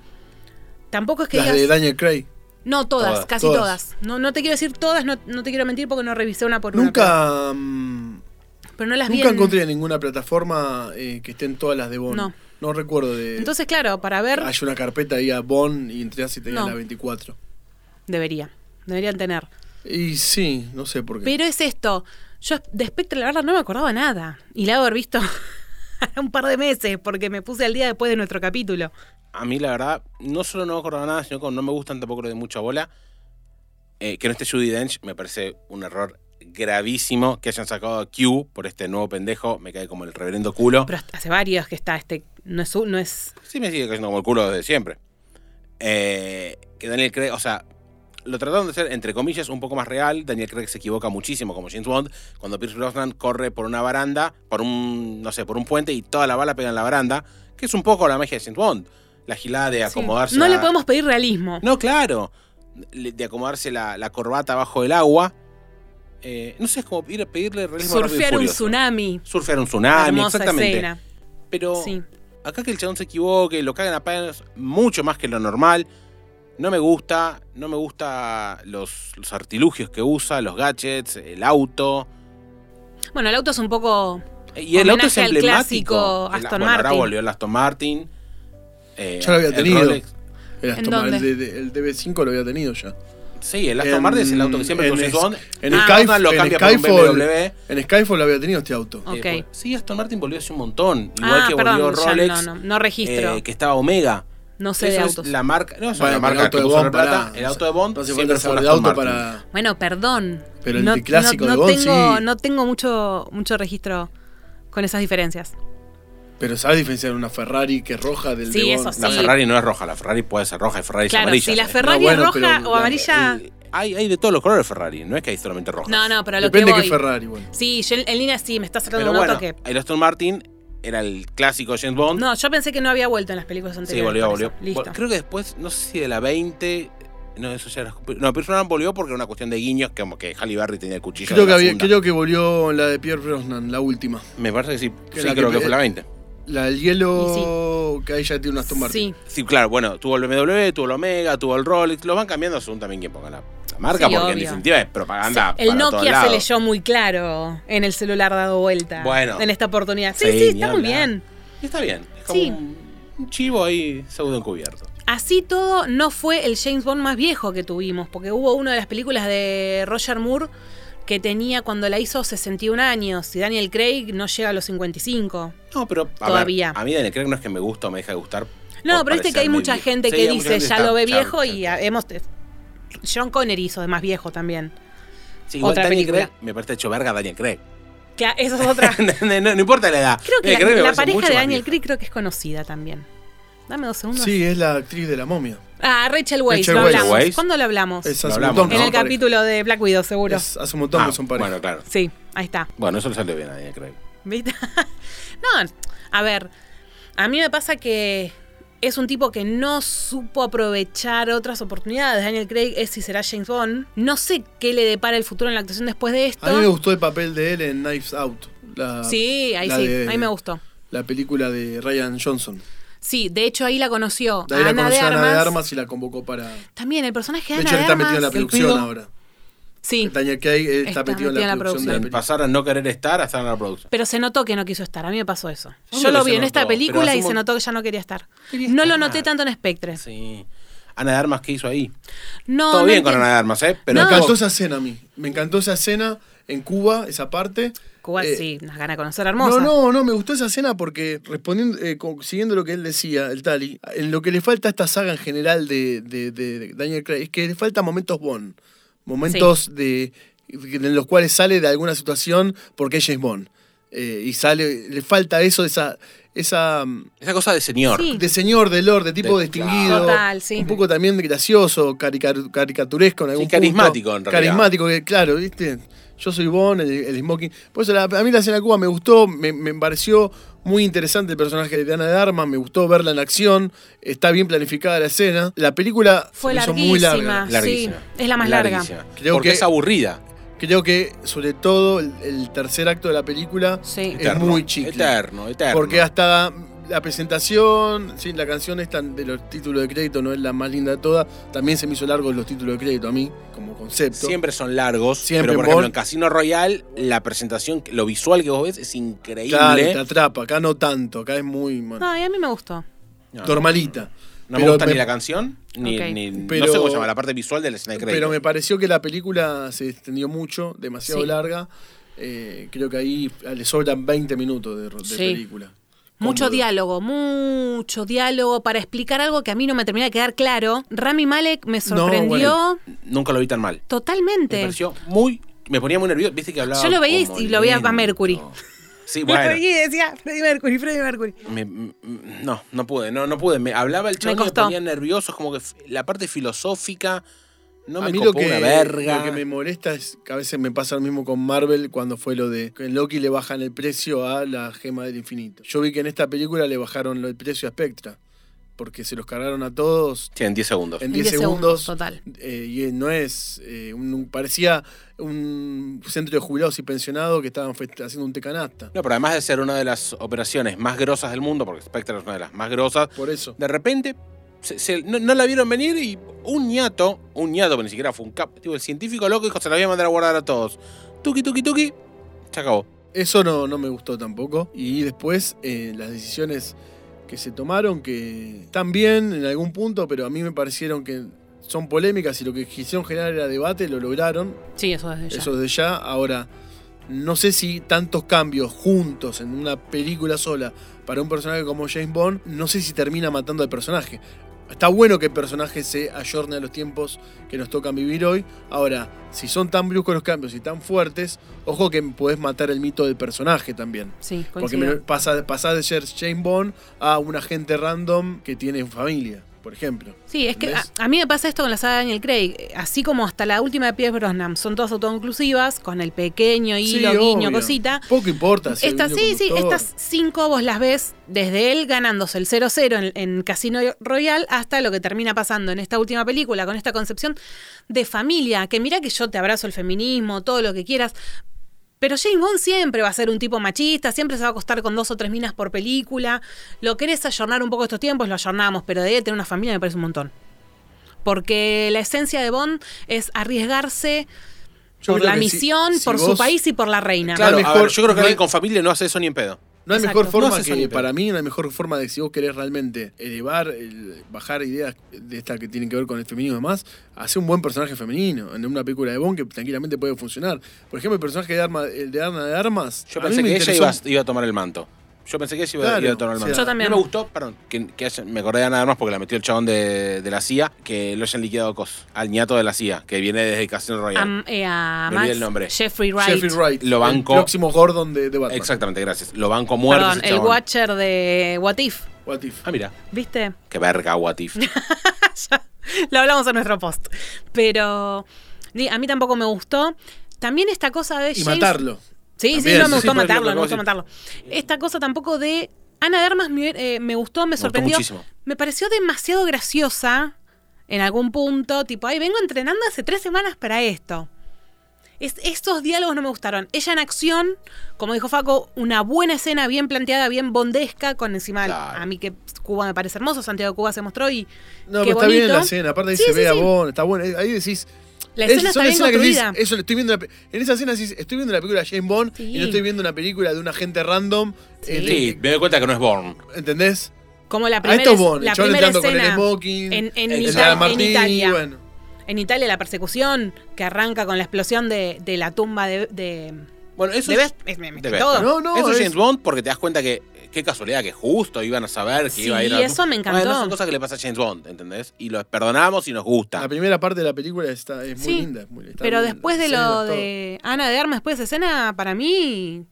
Speaker 1: tampoco es que
Speaker 5: Las
Speaker 1: digas...
Speaker 5: de Daniel Craig.
Speaker 1: No, todas,
Speaker 4: Todas,
Speaker 1: casi
Speaker 5: todas.
Speaker 1: todas. No, no te quiero decir todas, no, no te quiero mentir porque no revisé una por una.
Speaker 5: Nunca. mm,
Speaker 1: pero- Pero no las vi
Speaker 5: Nunca
Speaker 1: en-
Speaker 5: encontré en ninguna plataforma eh, que estén todas las de Bond.
Speaker 1: No.
Speaker 5: recuerdo de.
Speaker 1: Entonces, claro, para ver...
Speaker 5: Hay una carpeta ahí a Bond y entré así tenía
Speaker 1: No.
Speaker 5: la 24.
Speaker 1: Debería. Deberían tener.
Speaker 5: Y sí, no sé por qué.
Speaker 1: Pero es esto. Yo de Spectre, la verdad, no me acordaba nada. Y la he de haber visto hace un par de meses, porque me puse al día después de nuestro capítulo.
Speaker 4: A mí, la verdad, no solo no me acordaba nada, sino que no me gustan tampoco los de mucha bola. Eh, que no esté Judy Dench me parece un error gravísimo que hayan sacado a Q por este nuevo pendejo. Me cae como el reverendo culo.
Speaker 1: Pero hace varios que está este. No es. un- No es
Speaker 4: Sí, me sigue cayendo como el culo desde siempre. Eh, que Daniel Craig, o sea, lo trataron de hacer, entre comillas, un poco más real. Daniel Craig se equivoca muchísimo como James Bond cuando Pierce Brosnan corre por una baranda, por un, no sé, por un puente y toda la bala pega en la baranda, que es un poco la magia de James Bond. La gilada de acomodarse.
Speaker 1: no le
Speaker 4: a-
Speaker 1: podemos pedir realismo.
Speaker 4: No, claro. le- De acomodarse la, la corbata bajo el agua. Eh, no sé, es como ir a pedirle realismo a Rápido y
Speaker 1: Surfear un
Speaker 4: Furioso.
Speaker 1: tsunami.
Speaker 4: Surfear un tsunami,
Speaker 1: Hermosa
Speaker 4: exactamente.
Speaker 1: escena.
Speaker 4: Pero
Speaker 1: Sí.
Speaker 4: acá que el chabón se equivoque, lo cagan a palos mucho más que lo normal. No me gusta, no me gusta los, los artilugios que usa, los gadgets, el auto.
Speaker 1: Bueno, el auto es un poco.
Speaker 4: Y el auto es
Speaker 1: Homenaje al
Speaker 4: emblemático.
Speaker 1: clásico
Speaker 4: El-
Speaker 1: Aston
Speaker 4: bueno, ahora
Speaker 1: Martin.
Speaker 4: volvió el Aston Martin. Eh,
Speaker 5: Ya lo había
Speaker 4: el
Speaker 5: tenido.
Speaker 4: Rolex.
Speaker 5: El,
Speaker 1: ¿En
Speaker 5: Aston Martin-
Speaker 1: dónde?
Speaker 5: el de- el DB5 lo había tenido ya.
Speaker 4: Sí, el Aston Martin es el auto que siempre
Speaker 5: en
Speaker 4: usó
Speaker 5: es-
Speaker 4: James Bond.
Speaker 5: En,
Speaker 4: Ah,
Speaker 5: Skyf-
Speaker 4: Jordan lo
Speaker 5: en
Speaker 4: cambia por un
Speaker 5: Skyfall,
Speaker 4: BMW.
Speaker 5: en Skyfall lo había tenido este auto.
Speaker 1: Ok.
Speaker 4: Eh, sí, Aston Martin volvió hace un montón. Igual
Speaker 1: Ah,
Speaker 4: que
Speaker 1: perdón,
Speaker 4: volvió
Speaker 1: ya
Speaker 4: Rolex.
Speaker 1: no, no, no registro.
Speaker 4: eh, que estaba Omega.
Speaker 1: no sé de
Speaker 4: Eso es
Speaker 1: autos.
Speaker 4: la marca. No, es
Speaker 5: Bueno,
Speaker 4: la
Speaker 5: pero
Speaker 4: marca que
Speaker 5: de
Speaker 4: puso
Speaker 5: Bond,
Speaker 4: la plata.
Speaker 5: pará.
Speaker 4: el auto de Bond.
Speaker 5: No hace
Speaker 4: siempre
Speaker 5: falta
Speaker 4: fue un
Speaker 5: saber de
Speaker 4: Aston
Speaker 5: auto
Speaker 4: Martin.
Speaker 5: para.
Speaker 1: Bueno, perdón.
Speaker 5: Pero el de clásico de
Speaker 1: no
Speaker 5: Bond,
Speaker 1: tengo,
Speaker 5: sí.
Speaker 1: no tengo mucho, mucho registro con esas diferencias.
Speaker 5: Pero sabes diferenciar una Ferrari que es roja del
Speaker 1: Sí,
Speaker 5: de
Speaker 1: eso
Speaker 5: Bond?
Speaker 1: sí.
Speaker 4: La Ferrari no es roja, la Ferrari puede ser roja y Ferrari
Speaker 1: Claro,
Speaker 4: es amarilla.
Speaker 1: si la
Speaker 4: ¿eh?
Speaker 1: Ferrari
Speaker 5: bueno,
Speaker 1: es roja
Speaker 5: pero
Speaker 1: o
Speaker 5: la-
Speaker 1: amarilla.
Speaker 4: Eh, Hay, hay de todos los colores Ferrari, no es que hay solamente roja.
Speaker 1: no, no, pero a lo
Speaker 5: Depende
Speaker 1: que
Speaker 5: de
Speaker 1: voy.
Speaker 5: qué Ferrari, bueno.
Speaker 1: Sí, yo en, en línea sí, me estás tratando
Speaker 4: Pero
Speaker 1: de un
Speaker 4: bueno,
Speaker 1: auto que.
Speaker 4: el Aston Martin era el clásico James Bond.
Speaker 1: No, yo pensé que no había vuelto en las películas
Speaker 4: sí,
Speaker 1: anteriores.
Speaker 4: volvió,
Speaker 1: por eso.
Speaker 4: volvió.
Speaker 1: Listo.
Speaker 4: Bueno, Creo que después, no sé si de la 20. No, eso ya era. No, Pierce Brosnan volvió porque era una cuestión de guiños, que como que Halliburton tenía el cuchillo.
Speaker 5: Creo
Speaker 4: en
Speaker 5: que,
Speaker 4: la
Speaker 5: había,
Speaker 4: funda.
Speaker 5: creo que volvió la de Pierre Brosnan, la última.
Speaker 4: Me parece que sí.
Speaker 5: que
Speaker 4: sí,
Speaker 5: la
Speaker 4: creo
Speaker 5: que-
Speaker 4: que fue la 20.
Speaker 5: La del hielo, que ahí ya tiene un Aston Martin.
Speaker 1: Sí.
Speaker 4: Sí, claro, bueno, tuvo el BMW, tuvo el Omega, tuvo el Rolex, los van cambiando según también quien ponga la, la marca,
Speaker 1: Sí,
Speaker 4: porque en
Speaker 1: obvio.
Speaker 4: definitiva es propaganda.
Speaker 1: Sí, El
Speaker 4: Ah, para todos
Speaker 1: Nokia se
Speaker 4: lados.
Speaker 1: leyó muy claro en el celular dado vuelta.
Speaker 4: Bueno.
Speaker 1: En esta oportunidad. Sí,
Speaker 4: Sí,
Speaker 1: sí,
Speaker 4: ni
Speaker 1: está muy
Speaker 4: hablar.
Speaker 1: bien.
Speaker 4: Y está bien, es como
Speaker 1: Sí.
Speaker 4: un, un chivo ahí pseudo encubierto.
Speaker 1: Así todo, no fue el James Bond más viejo que tuvimos, porque hubo una de las películas de Roger Moore que tenía cuando la hizo 61 años y Daniel Craig no llega a los 55.
Speaker 4: No, pero a ver,
Speaker 1: Todavía.
Speaker 4: a mí Daniel Craig no es que me gusta o me deja de gustar.
Speaker 1: No,
Speaker 4: por
Speaker 1: pero viste que hay
Speaker 4: parecerme
Speaker 1: mucha
Speaker 4: viejo.
Speaker 1: gente
Speaker 4: Sí,
Speaker 1: que
Speaker 4: hay mucha
Speaker 1: dice
Speaker 4: gente
Speaker 1: ya
Speaker 4: está-
Speaker 1: lo ve viejo
Speaker 4: ya-
Speaker 1: y ah, hemos... John Connery hizo de más viejo también.
Speaker 4: Sí, igual
Speaker 1: otra
Speaker 4: Daniel
Speaker 1: película.
Speaker 4: Craig me parece hecho verga Daniel Craig.
Speaker 1: Claro, esa es otra.
Speaker 4: no, no importa la edad. Eh,
Speaker 1: Creo que
Speaker 4: Daniel Craig me
Speaker 1: la, la
Speaker 4: parece
Speaker 1: pareja
Speaker 4: mucho
Speaker 1: de
Speaker 4: más
Speaker 1: Daniel
Speaker 4: viejo.
Speaker 1: Craig creo que es conocida también. Dame dos segundos.
Speaker 5: Sí, es la actriz de la momia.
Speaker 1: Ah, Rachel Weisz,
Speaker 5: Rachel
Speaker 1: lo
Speaker 5: Weisz.
Speaker 1: hablamos.
Speaker 4: Weisz.
Speaker 1: ¿Cuándo lo hablamos?
Speaker 5: Es
Speaker 4: Lo
Speaker 5: hace un
Speaker 4: hablamos,
Speaker 5: montón que
Speaker 1: en
Speaker 4: ¿no?
Speaker 1: el
Speaker 5: son pareja.
Speaker 1: capítulo de Black Widow, seguro.
Speaker 5: Es- hace un montón
Speaker 4: Ah,
Speaker 5: que son pareja.
Speaker 4: Bueno, claro.
Speaker 1: Sí, ahí está.
Speaker 4: Bueno, eso lo sale bien a Daniel Craig.
Speaker 1: ¿Viste? no, a ver, a mí me pasa que es un tipo que no supo aprovechar otras oportunidades. Daniel Craig es y será James Bond. No sé qué le depara el futuro en la actuación después de esto.
Speaker 5: A mí me gustó el papel de él en Knives Out. La,
Speaker 1: sí, ahí
Speaker 5: la
Speaker 1: sí,
Speaker 5: de-
Speaker 1: a mí me gustó.
Speaker 5: La película de Ryan Johnson.
Speaker 1: Sí, de hecho ahí la conoció
Speaker 5: De ahí
Speaker 1: a
Speaker 5: la
Speaker 1: Ana Ah,
Speaker 5: conoció
Speaker 1: de
Speaker 5: a
Speaker 1: Armas.
Speaker 5: Ana de Armas y la convocó para. De
Speaker 1: También el personaje de, Ana
Speaker 5: hecho, él
Speaker 1: de
Speaker 5: está
Speaker 1: Armas.
Speaker 5: metido en la producción
Speaker 1: pido.
Speaker 5: ahora.
Speaker 1: Sí,
Speaker 5: Daniel Craig eh, está,
Speaker 1: Está
Speaker 5: metido en la,
Speaker 1: metido
Speaker 5: producción, de la
Speaker 4: El
Speaker 5: película.
Speaker 4: pasar a no querer estar a estar en la producción.
Speaker 1: pero se notó que no quiso estar. A mí me pasó eso.
Speaker 4: Yo
Speaker 1: Yo
Speaker 4: creo
Speaker 1: lo vi
Speaker 4: que se
Speaker 1: en esta
Speaker 4: notó, pero
Speaker 1: película
Speaker 4: hace
Speaker 1: y
Speaker 4: un
Speaker 1: se
Speaker 4: mon-
Speaker 1: notó que ya no quería estar.
Speaker 4: Quería
Speaker 1: No lo
Speaker 4: estar.
Speaker 1: noté tanto en Spectre.
Speaker 4: Sí. Ana de Armas, ¿qué hizo ahí?
Speaker 1: No,
Speaker 4: Todo
Speaker 1: no
Speaker 4: bien con
Speaker 1: entiendo.
Speaker 4: Ana de Armas, ¿eh? Pero
Speaker 5: Me
Speaker 1: No.
Speaker 5: encantó esa escena a mí. Me encantó esa escena en Cuba, esa parte.
Speaker 1: Cuba
Speaker 5: Eh,
Speaker 1: sí, nos gana conocer hermosa.
Speaker 5: No, no, no, me gustó esa escena porque respondiendo, eh, co- siguiendo lo que él decía, el Tali, en lo que le falta a esta saga en general de, de- de Daniel Craig es que le faltan momentos Bond, momentos de en los cuales sale de alguna situación porque es James Bond. Eh, y sale, le falta eso, esa, esa mm,
Speaker 4: Esa cosa de señor.
Speaker 1: Sí.
Speaker 5: de señor, de lord, de tipo
Speaker 4: De-
Speaker 5: distinguido.
Speaker 1: Total, sí.
Speaker 5: Un poco también gracioso, caricar- caricaturesco en algún punto.
Speaker 4: carismático, en realidad.
Speaker 5: Carismático, que, claro, ¿viste? Yo soy Bond, el, el smoking. Por eso la- a mí la escena de Cuba me gustó, me, me pareció muy interesante el personaje de Ana de Armas, me gustó verla en acción, está bien planificada la escena. La película
Speaker 1: Fue
Speaker 5: me hizo
Speaker 1: larguísima.
Speaker 5: muy larga.
Speaker 4: Larguísima.
Speaker 1: Sí, es la más larga.
Speaker 4: Larguísima.
Speaker 5: Creo
Speaker 4: Porque
Speaker 5: que-
Speaker 4: es aburrida.
Speaker 5: Creo que, sobre todo, el, el tercer acto de la película
Speaker 1: Sí.
Speaker 5: es muy chicle.
Speaker 4: Eterno, eterno.
Speaker 5: Porque hasta la presentación, sí, la canción esta de los títulos de crédito no es la más linda de todas. También se me hizo largo los títulos de crédito a mí, como concepto.
Speaker 4: Siempre son largos.
Speaker 5: Siempre,
Speaker 4: pero por
Speaker 5: Bond.
Speaker 4: ejemplo, en Casino Royale, la presentación, lo visual que vos ves es increíble.
Speaker 5: Claro, te atrapa. Acá no tanto, acá es muy bueno,
Speaker 1: No, y a mí me gustó.
Speaker 4: No,
Speaker 5: normalita.
Speaker 4: No me
Speaker 5: Pero
Speaker 4: gusta
Speaker 5: me-
Speaker 4: ni la canción, ni,
Speaker 1: Ok.
Speaker 4: ni-
Speaker 5: Pero-
Speaker 4: no sé cómo se llama, la parte visual de la escena de crédito.
Speaker 5: Pero me pareció que la película se extendió mucho, demasiado
Speaker 1: Sí.
Speaker 5: larga. Eh, creo que ahí le sobran 20 minutos de, ro- de
Speaker 1: Sí.
Speaker 5: película.
Speaker 1: Mucho
Speaker 5: Cómodo.
Speaker 1: diálogo, mucho diálogo para explicar algo que a mí no me termina de quedar claro. Rami Malek me sorprendió
Speaker 5: bueno.
Speaker 4: Nunca lo vi tan mal. Me
Speaker 1: totalmente.
Speaker 4: pareció muy. Me ponía muy nervioso. Viste que hablaba.
Speaker 1: Yo lo veía y-
Speaker 4: como
Speaker 1: y lo veía
Speaker 4: lento.
Speaker 1: a Mercury.
Speaker 4: Sí,
Speaker 1: Y
Speaker 4: bueno.
Speaker 1: por ahí decía Freddie Mercury, Freddie Mercury.
Speaker 4: Me- m- m- no, no pude, no, no pude. Me hablaba el chabón y me
Speaker 1: costó.
Speaker 4: ponía nervioso, como que f- la parte filosófica no
Speaker 5: a
Speaker 4: me
Speaker 5: mí
Speaker 4: copó
Speaker 5: lo que,
Speaker 4: una verga.
Speaker 5: lo que me molesta es que a veces me pasa lo mismo con Marvel cuando fue lo de que en Loki le bajan el precio a la gema del infinito. Yo vi que en esta película le bajaron el precio a Spectra porque se los cargaron a todos
Speaker 4: Sí, en 10 segundos.
Speaker 5: en 10 segundos.
Speaker 1: total.
Speaker 5: Eh, y no es. eh, un- parecía un centro de jubilados y pensionados que estaban fest- haciendo un tecanasta.
Speaker 4: No, pero además de ser una de las operaciones más grosas del mundo, porque Spectre es una de las más grosas,
Speaker 5: Por eso.
Speaker 4: de repente se- se- no, no la vieron venir y un ñato, un ñato, pero ni siquiera fue un cap, tipo, el científico loco dijo, se la voy a mandar a guardar a todos. Tuki, tuki, tuki, se acabó.
Speaker 5: Eso no, no me gustó tampoco. Y después eh, las decisiones que se tomaron, que están bien en algún punto, pero a mí me parecieron que son polémicas y lo que quisieron generar era debate, lo lograron.
Speaker 1: Sí, eso desde ya.
Speaker 5: Eso de ya. Ahora, no sé si tantos cambios juntos en una película sola para un personaje como James Bond, no sé si termina matando al personaje. Está bueno que el personaje se ayorne a los tiempos que nos tocan vivir hoy. Ahora, si son tan bruscos los cambios y tan fuertes, ojo que podés matar el mito del personaje también.
Speaker 1: Sí,
Speaker 5: Porque
Speaker 1: coincido.
Speaker 5: me- pasa, pasás de ser James Bond a un agente random que tiene familia, por ejemplo.
Speaker 1: Sí, es que a,
Speaker 5: ¿Entendés?
Speaker 1: a mí me pasa esto con la saga de Daniel Craig, así como hasta la última de Pierce Brosnan, son todas autoconclusivas, con el pequeño hilo,
Speaker 5: Sí,
Speaker 1: guiño,
Speaker 5: obvio.
Speaker 1: cosita.
Speaker 5: Poco importa. si hay
Speaker 1: Estas,
Speaker 5: un
Speaker 1: sí,
Speaker 5: hilo
Speaker 1: sí,
Speaker 5: conductor.
Speaker 1: estas cinco vos las ves desde él ganándose el 0-0 en, en Casino Royal hasta lo que termina pasando en esta última película, con esta concepción de familia, que mira que yo te abrazo el feminismo, todo lo que quieras. Pero James Bond siempre va a ser un tipo machista, siempre se va a acostar con dos o tres minas por película. Lo querés ayornar un poco estos tiempos, lo ayornamos, pero de tener una familia me parece un montón. Porque la esencia de Bond es arriesgarse
Speaker 5: Yo
Speaker 1: por
Speaker 5: creo
Speaker 1: la
Speaker 5: que si-
Speaker 1: misión,
Speaker 5: si
Speaker 1: por su
Speaker 5: vos-
Speaker 1: país y por la reina.
Speaker 4: Claro,
Speaker 5: mejor-
Speaker 4: a ver, yo creo que
Speaker 5: no hay-
Speaker 4: alguien con familia no hace eso ni en pedo.
Speaker 5: No hay
Speaker 1: Exacto.
Speaker 5: mejor forma
Speaker 4: No hace
Speaker 5: que,
Speaker 4: sonido.
Speaker 5: para mí, la mejor forma de si vos querés realmente elevar, el- bajar ideas de estas que tienen que ver con el feminismo y demás, hacer un buen personaje femenino en una película de Bond que tranquilamente puede funcionar. Por ejemplo, el personaje de, arma, el de Arna de Armas.
Speaker 4: Yo
Speaker 5: a mí
Speaker 4: pensé
Speaker 5: me
Speaker 4: que ella
Speaker 5: interesó
Speaker 4: iba, a- iba a tomar el manto. Yo pensé que ella iba,
Speaker 5: Claro,
Speaker 4: iba a tomar el
Speaker 5: o
Speaker 4: manto.
Speaker 5: sea- Yo
Speaker 1: también.
Speaker 4: No me gustó, perdón, que, que hayan- me acordé de nada más porque la metió el chabón de, de la CIA, que lo hayan liquidado cos, al ñato de la CIA, que viene desde Casino Royale.
Speaker 1: a, eh, a
Speaker 4: Me
Speaker 1: Max
Speaker 4: olvidé el nombre.
Speaker 1: Jeffrey Wright.
Speaker 5: Jeffrey Wright.
Speaker 4: Lo banco.
Speaker 5: El próximo Gordon de, de Batman.
Speaker 4: Exactamente, gracias. Lo banco muerto.
Speaker 1: Perdón,
Speaker 4: ese
Speaker 1: el
Speaker 4: chabón.
Speaker 1: Watcher de What If.
Speaker 5: What if?
Speaker 4: Ah, mira.
Speaker 1: ¿Viste?
Speaker 4: Qué verga, Watif.
Speaker 1: Ya, Lo hablamos en nuestro post. Pero di- a mí tampoco me gustó. También esta cosa de
Speaker 5: Y
Speaker 1: James-
Speaker 5: matarlo.
Speaker 1: Sí, sí,
Speaker 5: También,
Speaker 1: no me
Speaker 5: sí,
Speaker 1: gustó
Speaker 5: sí, por
Speaker 1: matarlo,
Speaker 5: ejemplo,
Speaker 1: no me gustó
Speaker 5: como
Speaker 1: matarlo. Esta cosa tampoco de. Ana de Armas me, eh, me gustó, me,
Speaker 4: gustó
Speaker 1: sorprendió.
Speaker 4: muchísimo.
Speaker 1: me pareció demasiado graciosa en algún punto. Tipo, ay, vengo entrenando hace tres semanas para esto. Es, estos diálogos no me gustaron. Ella en acción, como dijo Faco, una buena escena, bien planteada, bien bondesca, con encima
Speaker 4: Claro.
Speaker 1: a mí que Cuba me parece hermoso, Santiago Cuba se mostró y
Speaker 5: No,
Speaker 1: qué
Speaker 5: pero está
Speaker 1: bonito.
Speaker 5: bien la escena. Aparte ahí
Speaker 1: Sí,
Speaker 5: se
Speaker 1: sí,
Speaker 5: ve a
Speaker 1: sí.
Speaker 5: Bond, está bueno. Ahí decís.
Speaker 1: La
Speaker 5: es-
Speaker 1: escena está
Speaker 5: son
Speaker 1: bien
Speaker 5: escenas que decís,
Speaker 1: construida.
Speaker 5: eso, lo estoy viendo la pe- en esa escena decís, estoy viendo la película de James Bond
Speaker 1: Sí.
Speaker 5: y no estoy viendo una película de un agente random. eh, de-
Speaker 4: Sí, me doy cuenta que no es Born.
Speaker 5: ¿Entendés?
Speaker 1: Como la
Speaker 5: A
Speaker 1: primera,
Speaker 5: esto Bond,
Speaker 1: la
Speaker 5: el chabón
Speaker 1: primera
Speaker 5: entrando con el
Speaker 1: escena
Speaker 5: smoking,
Speaker 1: en, en
Speaker 4: el
Speaker 5: el
Speaker 1: Ita-
Speaker 5: San
Speaker 1: en
Speaker 5: Martín,
Speaker 1: Italia.
Speaker 5: bueno.
Speaker 1: En Italia la persecución que arranca con la explosión de, de la tumba de... de-
Speaker 4: Bueno, eso
Speaker 1: de
Speaker 4: es-
Speaker 1: Vesp- es- me- me-
Speaker 4: de
Speaker 1: todo.
Speaker 4: Vesper.
Speaker 5: No, no,
Speaker 4: Eso es
Speaker 5: es-
Speaker 4: James Bond porque te das cuenta que, Qué casualidad que justo iban a saber que
Speaker 1: Sí,
Speaker 4: iba a ir a.
Speaker 1: eso me encantó.
Speaker 4: Bueno, son cosas que le pasa a James Bond, ¿entendés? Y los perdonamos y nos gusta.
Speaker 5: La primera parte de la película está, es muy
Speaker 1: Sí,
Speaker 5: linda. es muy- está
Speaker 1: Pero
Speaker 5: bien,
Speaker 1: después de
Speaker 5: las escenas,
Speaker 1: lo
Speaker 5: todo.
Speaker 1: de Ana de Armas, después de esa escena, para mí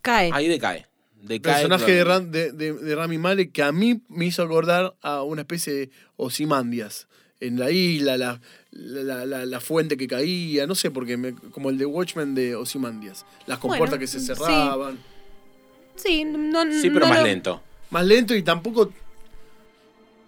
Speaker 1: cae.
Speaker 4: Ahí decae.
Speaker 5: El
Speaker 4: decae
Speaker 5: personaje de,
Speaker 4: totalmente.
Speaker 5: Ram- de, de- de Rami Malek que a mí me hizo acordar a una especie de Osimandias. En la isla, la, la, la- la- la fuente que caía, no sé, porque me- como el de Watchmen de Osimandias. Las compuertas
Speaker 1: Bueno,
Speaker 5: que se
Speaker 1: sí.
Speaker 5: cerraban.
Speaker 1: Sí, no,
Speaker 4: Sí, pero
Speaker 1: no
Speaker 4: más
Speaker 1: lo-
Speaker 4: lento.
Speaker 5: Más lento y tampoco...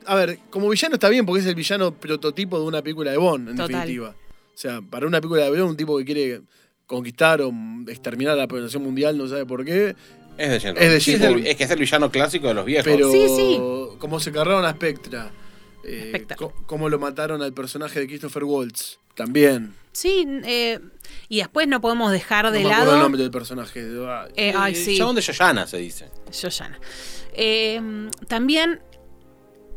Speaker 5: A ver, como villano está bien porque es el villano prototipo de una película de Bond, en
Speaker 1: Total.
Speaker 5: definitiva. O sea, para una película de Bond, un tipo que quiere conquistar o exterminar a la población mundial, no sabe por qué,
Speaker 4: Es de James
Speaker 5: Es de
Speaker 4: Bond. Sí,
Speaker 5: James
Speaker 4: el-
Speaker 5: Bond.
Speaker 4: es que es el villano clásico de los viejos.
Speaker 5: Pero
Speaker 1: Sí, sí.
Speaker 5: como se cargaron a Spectra, eh,
Speaker 1: Spectra.
Speaker 5: co- como lo mataron al personaje de Christopher Waltz, también.
Speaker 1: Sí, eh, y después no podemos dejar de
Speaker 5: no me acuerdo el
Speaker 1: lado.
Speaker 5: nombre del personaje. Ah,
Speaker 1: Eh, ay, sí.
Speaker 4: Chabón de Yoyana, se dice.
Speaker 1: Yoyana. Eh, también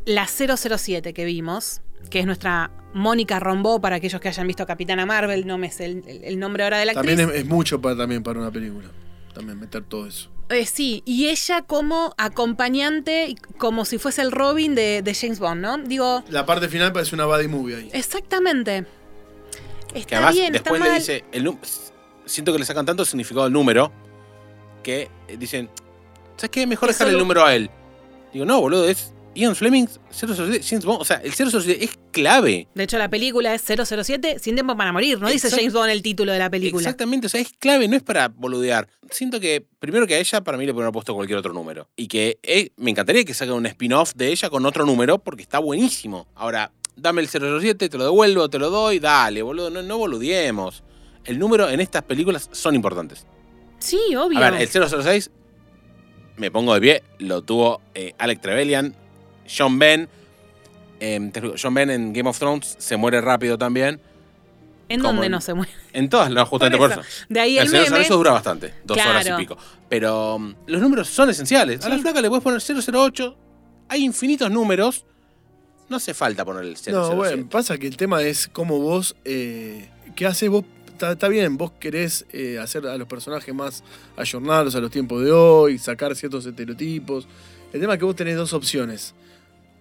Speaker 1: la 007 que vimos, que es nuestra Mónica Rombó, para aquellos que hayan visto Capitana Marvel, no me sé el, el- el nombre ahora de la actriz.
Speaker 5: También es, es mucho para, también para una película. También meter todo eso.
Speaker 1: Eh, sí, y ella como acompañante, y como si fuese el Robin de, de James Bond, ¿no? Digo,
Speaker 5: La parte final parece una body movie ahí.
Speaker 1: exactamente. Está
Speaker 4: Que además
Speaker 1: bien, está
Speaker 4: después le
Speaker 1: mal.
Speaker 4: dice. El nu- siento que le sacan tanto significado al número que eh, dicen. ¿Sabes qué? Mejor
Speaker 1: Es
Speaker 4: dejarle el
Speaker 1: solo-
Speaker 4: número a él. Digo, no, boludo, es Ian Fleming, 007, James Bond. O sea, el 007 es clave.
Speaker 1: De hecho, la película es 007, sin tiempo para morir. No dice
Speaker 4: Exact-
Speaker 1: James Bond el título de la película.
Speaker 4: Exactamente, o sea, es clave, no es para boludear. Siento que, primero que a ella, para mí le ponen puesto cualquier otro número. Y que eh, me encantaría que saquen un spin-off de ella con otro número porque está buenísimo. Ahora, dame el 007, te lo devuelvo, te lo doy, dale, boludo, no, no boludeemos. El número en estas películas son importantes.
Speaker 1: Sí, obvio.
Speaker 4: A ver, el 006, me pongo de pie, lo tuvo eh, Alec Trevelyan, Sean Ben. eh, te explico, Sean Ben en Game of Thrones se muere rápido también.
Speaker 1: ¿En
Speaker 4: como
Speaker 1: dónde
Speaker 4: en-
Speaker 1: no se muere?
Speaker 4: En todas, no, justamente por
Speaker 1: eso.
Speaker 4: eso.
Speaker 1: De ahí el
Speaker 4: el Señor
Speaker 1: meme.
Speaker 4: de los Anillos dura bastante, dos
Speaker 1: Claro.
Speaker 4: horas y pico. Pero um, los números son esenciales. A la
Speaker 1: Sí.
Speaker 4: flaca le puedes poner 008, hay infinitos números. No hace falta poner el 007.
Speaker 5: No, bueno, pasa que el tema es cómo vos. eh, ¿Qué haces vos? Está está bien, vos querés eh, hacer a los personajes más ayornarlos a los tiempos de hoy, sacar ciertos estereotipos. El tema es que vos tenés dos opciones.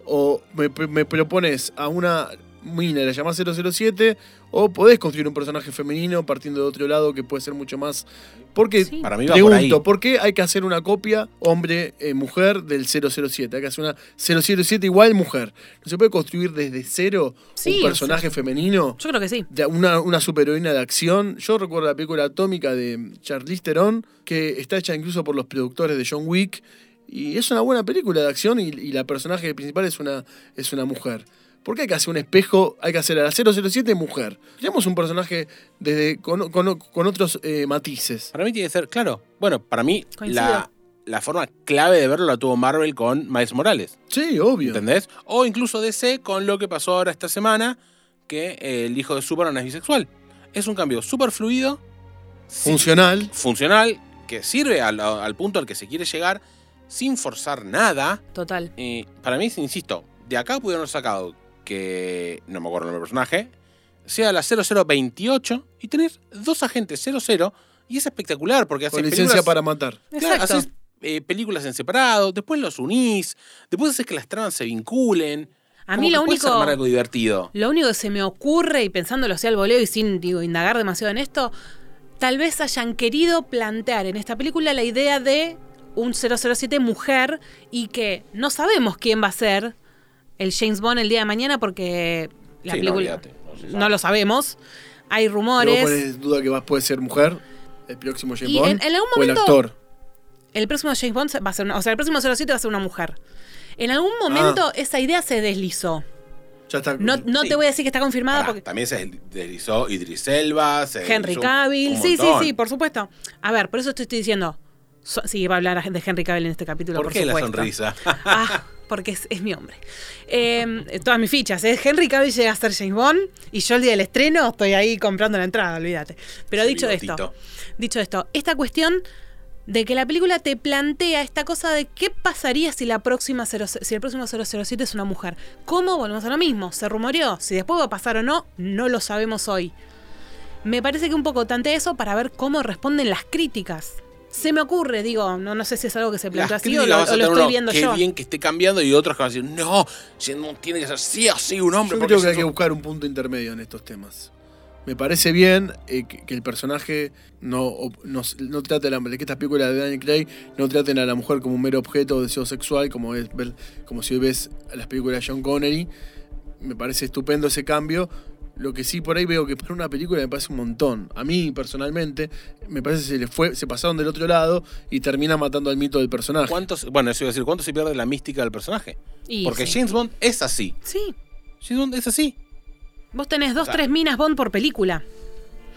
Speaker 5: O me, me propones a una mina, la llamás 007, o podés construir un personaje femenino partiendo de otro lado que puede ser mucho más. Porque
Speaker 1: Sí.
Speaker 4: Para mí va por ahí.
Speaker 5: Pregunto, ¿por qué hay que hacer una copia hombre-mujer del 007? Hay que hacer una 007 igual mujer. ¿No se puede construir desde cero
Speaker 1: Sí,
Speaker 5: un
Speaker 1: o
Speaker 5: personaje femenino?
Speaker 1: Yo creo que sí.
Speaker 5: De una, una superheroína de acción. Yo recuerdo la película Atómica de Charlize Theron, que está hecha incluso por los productores de John Wick. Y es una buena película de acción y, y la personaje principal es una, es una mujer. ¿Por qué hay que hacer un espejo? Hay que hacer a la 007 mujer. Tenemos un personaje desde, con, con- con otros eh, matices.
Speaker 4: Para mí tiene que ser, claro. Bueno, para mí
Speaker 1: Coincido.
Speaker 4: la, la forma clave de verlo la tuvo Marvel con Miles Morales.
Speaker 5: Sí, obvio.
Speaker 4: ¿Entendés? O incluso DC con lo que pasó ahora esta semana, que eh, el hijo de Superman es bisexual. Es un cambio súper fluido. sin-
Speaker 5: Funcional.
Speaker 4: funcional que sirve al, al punto al que se quiere llegar sin forzar nada.
Speaker 1: Total.
Speaker 4: Y para mí, insisto, de acá pudieron haber sacado que, no me acuerdo el nombre del personaje, sea la 0028 y tener dos agentes 00 y es espectacular porque hace
Speaker 5: Con licencia
Speaker 4: películas,
Speaker 5: para matar.
Speaker 4: claro,
Speaker 1: Exacto.
Speaker 4: haces, eh, películas en separado, después los unís, después haces que las tramas se vinculen.
Speaker 1: A
Speaker 4: Como
Speaker 1: mí
Speaker 4: que
Speaker 1: lo
Speaker 4: puedes
Speaker 1: único-
Speaker 4: armar algo divertido.
Speaker 1: Lo único que se me ocurre, y pensándolo así al voleo y sin digo, indagar demasiado en esto, tal vez hayan querido plantear en esta película la idea de un 007 mujer y que no sabemos quién va a ser el James Bond el día de mañana porque la
Speaker 4: Sí, no,
Speaker 1: película
Speaker 4: olvídate,
Speaker 1: no,
Speaker 4: no se sabe.
Speaker 1: lo sabemos. Hay
Speaker 5: Luego
Speaker 1: rumores.
Speaker 5: pones duda que vas puede ser mujer, el próximo James
Speaker 1: Y
Speaker 5: Bond,
Speaker 1: en- en algún
Speaker 5: o el
Speaker 1: momento-
Speaker 5: actor.
Speaker 1: El próximo James Bond se- va a ser una, o sea, el próximo 07 va a ser una mujer. En algún momento esa idea se deslizó.
Speaker 5: Ya está.
Speaker 1: No, no
Speaker 4: Ah. Sí.
Speaker 1: te voy a decir que está confirmada
Speaker 4: Pará,
Speaker 1: Ah, porque
Speaker 4: También se deslizó Idris Elba, se
Speaker 1: Henry
Speaker 4: deslizó un-
Speaker 1: Cavill,
Speaker 4: un
Speaker 1: sí, sí,
Speaker 4: montón.
Speaker 1: sí, por supuesto. A ver, por eso te estoy diciendo. so- sí, va a hablar de Henry Cavill en este capítulo.
Speaker 4: ¿Por,
Speaker 1: ¿Por,
Speaker 4: qué la
Speaker 1: supuesto.
Speaker 4: sonrisa?
Speaker 1: Ah, porque es, es mi hombre. Eh, todas mis fichas, ¿eh? Henry Cavill llega a ser James Bond y yo el día del estreno estoy ahí comprando la entrada, olvídate. Pero
Speaker 4: Ese
Speaker 1: dicho esto,
Speaker 4: bigotito.
Speaker 1: dicho esto, esta cuestión de que la película te plantea esta cosa de qué pasaría si la próxima 00 si el próximo 007 es una mujer. ¿Cómo volvemos a lo mismo? Se rumoreó, si después va a pasar o no, no lo sabemos hoy. Me parece que un poco tante eso para ver cómo responden las críticas. Se me ocurre, digo, no, no sé si es algo que se planteó
Speaker 4: Las
Speaker 1: así o
Speaker 4: críticas
Speaker 1: lo,
Speaker 4: vas a
Speaker 1: o lo
Speaker 4: tener
Speaker 1: estoy
Speaker 4: uno,
Speaker 1: viendo
Speaker 4: qué
Speaker 1: yo.
Speaker 4: bien que esté cambiando y otros que van a decir, no, Shenmue tiene que ser sí así un hombre.
Speaker 5: Yo
Speaker 4: porque
Speaker 5: creo que hay
Speaker 4: si
Speaker 5: que
Speaker 4: no-
Speaker 5: buscar un punto intermedio en estos temas. Me parece bien eh, que, que el personaje no, op- no, s- no trate a la que estas películas de Daniel Craig no traten a la mujer como un mero objeto de deseo sexual, como es ver- como si ves a las películas de John Connery. Me parece estupendo ese cambio. Lo que sí por ahí veo que para una película me parece un montón. A mí personalmente me parece que se le fue, se pasaron del otro lado y termina matando al mito del personaje.
Speaker 4: ¿Cuántos, bueno, eso iba a decir, ¿cuánto se pierde la mística del personaje?
Speaker 1: Y
Speaker 4: Porque
Speaker 1: sí.
Speaker 4: James Bond es así.
Speaker 1: Sí,
Speaker 4: James Bond es así.
Speaker 1: vos tenés dos,
Speaker 4: sea,
Speaker 1: tres minas Bond por película.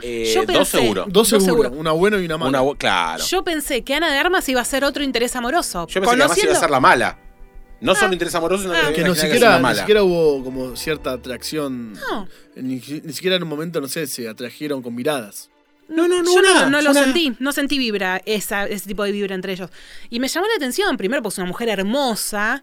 Speaker 4: Eh,
Speaker 1: Yo
Speaker 4: dos
Speaker 1: pensé-
Speaker 4: seguro.
Speaker 1: Dos
Speaker 5: Dos seguro,
Speaker 1: seguro.
Speaker 5: una buena y una mala.
Speaker 4: Una, bu- claro. Yo,
Speaker 1: Yo pensé que Ana de Armas iba a ser otro interés amoroso.
Speaker 4: pensé que además iba a ser la mala. No solo interés amoroso, sino
Speaker 1: Ah.
Speaker 4: que,
Speaker 5: que
Speaker 4: tenía
Speaker 5: no
Speaker 4: ser
Speaker 5: siquiera,
Speaker 4: una
Speaker 5: ni
Speaker 4: mala.
Speaker 5: siquiera hubo como cierta atracción.
Speaker 1: No.
Speaker 5: Ni, ni siquiera en un momento, no sé, se atrajeron con miradas.
Speaker 4: No, no, no,
Speaker 1: Yo no,
Speaker 4: una,
Speaker 1: no lo
Speaker 4: una-
Speaker 1: sentí, no sentí vibra, esa, ese tipo de vibra entre ellos. Y me llamó la atención, primero, porque es una mujer hermosa.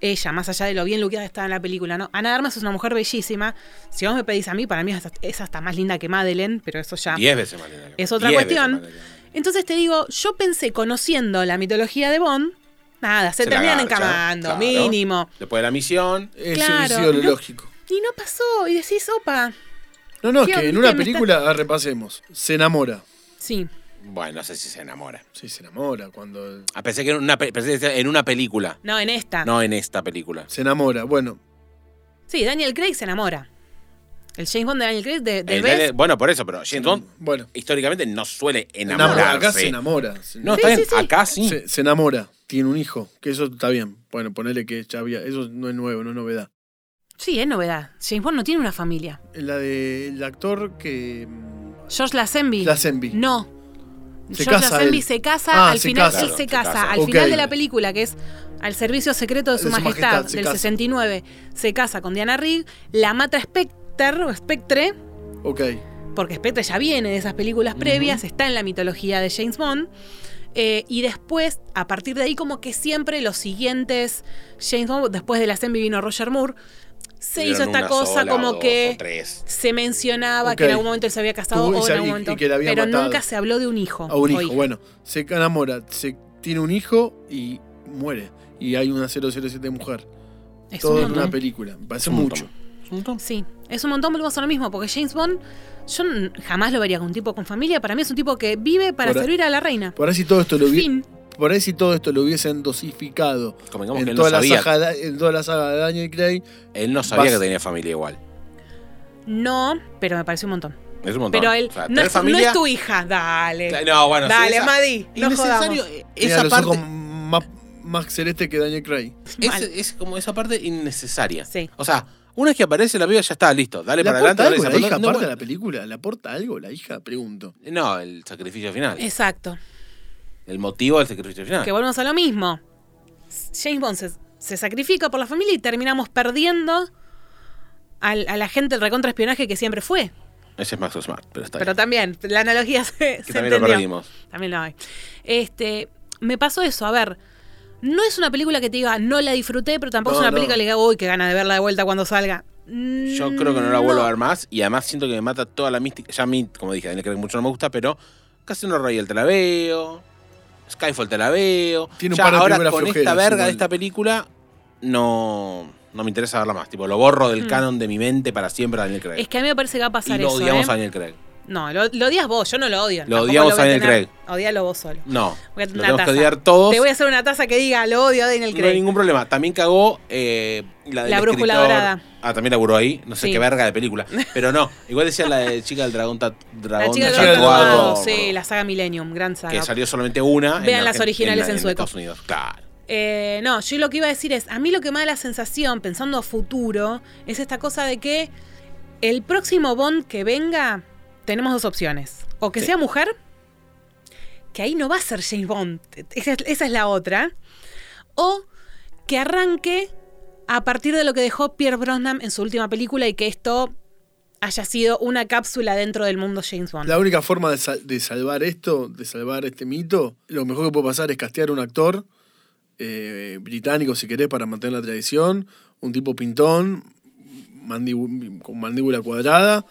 Speaker 1: Ella, más allá de lo bien luqueada que está en la película, ¿no? Ana de Armas es una mujer bellísima. Si vos me pedís a mí, para mí es hasta, es hasta más linda que Madeleine, pero eso ya.
Speaker 4: Diez veces más linda que-
Speaker 1: Ah. Es otra
Speaker 4: diez
Speaker 1: cuestión.
Speaker 4: veces más linda que-
Speaker 1: Entonces te digo, yo pensé, conociendo la mitología de Bond, nada, se,
Speaker 4: la
Speaker 1: terminan
Speaker 4: garcha,
Speaker 1: encamando,
Speaker 4: claro.
Speaker 1: mínimo.
Speaker 4: Después de la misión.
Speaker 5: Eso
Speaker 1: Claro,
Speaker 5: hubiese sido lo
Speaker 1: no.
Speaker 5: lógico.
Speaker 1: Y no pasó, y decís, opa.
Speaker 5: No, no, es
Speaker 1: ¿Qué
Speaker 5: que en
Speaker 1: onda?
Speaker 5: una
Speaker 1: Me
Speaker 5: película, ah, repasemos, se enamora.
Speaker 1: Sí,
Speaker 4: Bueno, no sé si se enamora.
Speaker 5: Sí, se enamora cuando...
Speaker 4: Ah, pensé que en una, pe- pensé que decía en una película,
Speaker 1: no, en esta.
Speaker 4: no en esta película.
Speaker 5: Se enamora, bueno.
Speaker 1: Sí, Daniel Craig se enamora. El James Bond de Daniel Craig, de, de
Speaker 4: El
Speaker 1: Best,
Speaker 4: Eh, Daniel- bueno, por eso, pero James Bond
Speaker 5: Bueno,
Speaker 4: históricamente no suele enamorarse.
Speaker 5: enamora, acá se enamora. Se,
Speaker 4: No,
Speaker 1: Sí,
Speaker 4: está bien,
Speaker 1: sí, sí.
Speaker 4: acá sí.
Speaker 5: se- se enamora, tiene un hijo, que eso está bien. Bueno, ponele que ya había, eso no es nuevo, no es novedad.
Speaker 1: Sí, es novedad. James Bond no tiene una familia.
Speaker 5: La del actor que... mm,
Speaker 1: George Lazenby.
Speaker 5: Lazenby.
Speaker 1: No.
Speaker 5: Se
Speaker 1: George
Speaker 5: casa
Speaker 1: Lazenby
Speaker 5: él.
Speaker 1: se casa
Speaker 5: Ah,
Speaker 1: al
Speaker 5: se
Speaker 1: final.
Speaker 5: casa.
Speaker 1: él se
Speaker 4: Claro, se
Speaker 1: casa.
Speaker 4: casa.
Speaker 1: Al
Speaker 5: Ok.
Speaker 1: final de la película, que es al servicio secreto de su,
Speaker 5: De su
Speaker 1: majestad,
Speaker 5: majestad, se
Speaker 1: del
Speaker 5: casa.
Speaker 1: 69, se casa con Diana Rigg, la mata Spectre, o Spectre,
Speaker 5: Ok,
Speaker 1: porque Spectre ya viene de esas películas previas, está en la mitología de James Bond. eh, y después, a partir de ahí, como que siempre los siguientes James Bond, después de la Zenby vino Roger Moore, se
Speaker 4: Tuvieron
Speaker 1: hizo esta
Speaker 4: una
Speaker 1: cosa
Speaker 4: sola,
Speaker 1: como
Speaker 4: o dos,
Speaker 1: que
Speaker 4: o tres.
Speaker 1: se mencionaba
Speaker 5: Ok.
Speaker 1: que en algún momento él se había casado
Speaker 5: Tuvo- y
Speaker 1: o en
Speaker 5: se-
Speaker 1: algún
Speaker 5: y-
Speaker 1: momento,
Speaker 5: y que la había
Speaker 1: pero
Speaker 5: matado.
Speaker 1: nunca se habló de un hijo.
Speaker 5: a un
Speaker 1: o
Speaker 5: hijo.
Speaker 1: hija.
Speaker 5: Bueno, se enamora, se tiene un hijo y muere. Y hay una 007 mujer.
Speaker 1: es
Speaker 5: todo
Speaker 1: un
Speaker 5: en una
Speaker 1: montón.
Speaker 5: película. Me parece
Speaker 4: un
Speaker 5: mucho.
Speaker 4: montón.
Speaker 1: Sí, es un montón, volvemos a lo mismo, porque James Bond, yo n- jamás lo vería con un tipo con familia, para mí es un tipo que vive para
Speaker 5: Por a-
Speaker 1: servir a la reina.
Speaker 5: Por ahí si todo esto lo hubi-
Speaker 1: Fin.
Speaker 5: por ahí si todo esto lo hubiesen dosificado
Speaker 4: Convengamos que
Speaker 5: en
Speaker 4: él no
Speaker 5: toda, la
Speaker 4: sabía.
Speaker 5: saga, en toda la saga de Daniel Craig,
Speaker 4: Él no sabía
Speaker 5: Vas-
Speaker 4: que tenía familia igual.
Speaker 1: No, pero me parece un montón.
Speaker 4: Es un montón.
Speaker 1: Pero él
Speaker 4: O sea,
Speaker 1: no,
Speaker 4: tener
Speaker 1: es, no
Speaker 4: familia-
Speaker 1: es tu hija, dale.
Speaker 4: No, bueno, sí,
Speaker 1: dale,
Speaker 4: esa-
Speaker 1: Madi, no
Speaker 4: innecesario,
Speaker 1: jodamos.
Speaker 4: eh,
Speaker 5: tiene
Speaker 4: Esa
Speaker 5: los
Speaker 4: parte
Speaker 5: ojos más, más celeste que Daniel Craig.
Speaker 4: es,
Speaker 1: Mal.
Speaker 4: es como esa parte innecesaria.
Speaker 1: Sí.
Speaker 4: O sea, una vez que aparece la piba ya está, listo. Dale
Speaker 5: ¿Le
Speaker 4: para adelante.
Speaker 5: aporta
Speaker 4: dale
Speaker 5: algo la
Speaker 4: para
Speaker 5: hija,
Speaker 4: adelante.
Speaker 5: aparte de
Speaker 4: no,
Speaker 5: la película? ¿Le aporta algo la hija? Pregunto.
Speaker 4: bueno, no, el sacrificio final.
Speaker 1: Exacto.
Speaker 4: El motivo del sacrificio final.
Speaker 1: Que volvemos a lo mismo. James Bond se, se sacrifica por la familia y terminamos perdiendo al- a la gente del recontraespionaje que siempre fue.
Speaker 4: Ese es Max Smart, pero está
Speaker 1: Pero
Speaker 4: bien.
Speaker 1: también, la analogía se,
Speaker 4: Que
Speaker 1: se
Speaker 4: también lo
Speaker 1: entendió.
Speaker 4: perdimos.
Speaker 1: También lo hay. Este, me pasó eso, a ver. No es una película que te diga, no la disfruté, pero tampoco
Speaker 5: No,
Speaker 1: es una
Speaker 5: no.
Speaker 1: película que diga, uy, qué gana de verla de vuelta cuando salga.
Speaker 4: Yo creo que no la vuelvo a ver más y además siento que me mata toda la mística. Ya a mí, como dije, Daniel Craig mucho no me gusta, pero Casino Royale te la veo, Skyfall te la veo.
Speaker 5: Tiene un
Speaker 4: ya
Speaker 5: par de
Speaker 4: ahora
Speaker 5: películas
Speaker 4: con esta
Speaker 5: flojeras,
Speaker 4: verga
Speaker 5: igual.
Speaker 4: de esta película no, no me interesa verla más. Tipo, lo borro del canon de mi mente para siempre a Daniel Craig.
Speaker 1: Mm. Es que a mí me parece que va a
Speaker 4: y
Speaker 1: pasar
Speaker 4: lo
Speaker 1: eso.
Speaker 4: odiamos
Speaker 1: ¿eh?
Speaker 4: a Daniel Craig.
Speaker 1: No, lo, lo odias vos, yo no lo odio.
Speaker 4: Lo
Speaker 1: Tampoco
Speaker 4: odiamos
Speaker 1: voy
Speaker 4: a Daniel
Speaker 1: tener-
Speaker 4: Craig.
Speaker 1: Odialo vos solo.
Speaker 4: No,
Speaker 1: Voy a-
Speaker 4: lo
Speaker 1: una
Speaker 4: tenemos que
Speaker 1: taza.
Speaker 4: odiar todos.
Speaker 1: Te voy a hacer una taza que diga, lo odio a Daniel
Speaker 4: No hay
Speaker 1: Craig.
Speaker 4: ningún problema. También cagó eh, la del
Speaker 1: La brújula
Speaker 4: escritor.
Speaker 1: dorada.
Speaker 4: Ah, también laburó ahí. No sé
Speaker 1: Sí.
Speaker 4: qué verga de película. Pero no, igual decía la de Chica del Dragón, tat- dragón
Speaker 1: La chica del
Speaker 5: Dragón
Speaker 1: Dragón
Speaker 5: tatuado.
Speaker 1: Tatuado, sí, la saga Millennium, gran
Speaker 4: que
Speaker 1: saga.
Speaker 4: salió solamente una. en
Speaker 1: Vean las
Speaker 4: Argen-
Speaker 1: originales
Speaker 4: la-
Speaker 1: en sueco.
Speaker 4: Estados Unidos, claro.
Speaker 1: Eh, no, yo lo que iba a decir es, a mí lo que me da la sensación, pensando a futuro, es esta cosa de que el próximo Bond que venga, tenemos dos opciones. O que
Speaker 4: Sí.
Speaker 1: sea mujer, que ahí no va a ser James Bond, esa es, esa es la otra. O que arranque a partir de lo que dejó Pierre Brosnan en su última película y que esto haya sido una cápsula dentro del mundo James Bond.
Speaker 5: La única forma de, sal- de salvar esto, de salvar este mito, lo mejor que puede pasar es castear a un actor eh, británico, si querés, para mantener la tradición, un tipo pintón, mandíbu- con mandíbula cuadrada,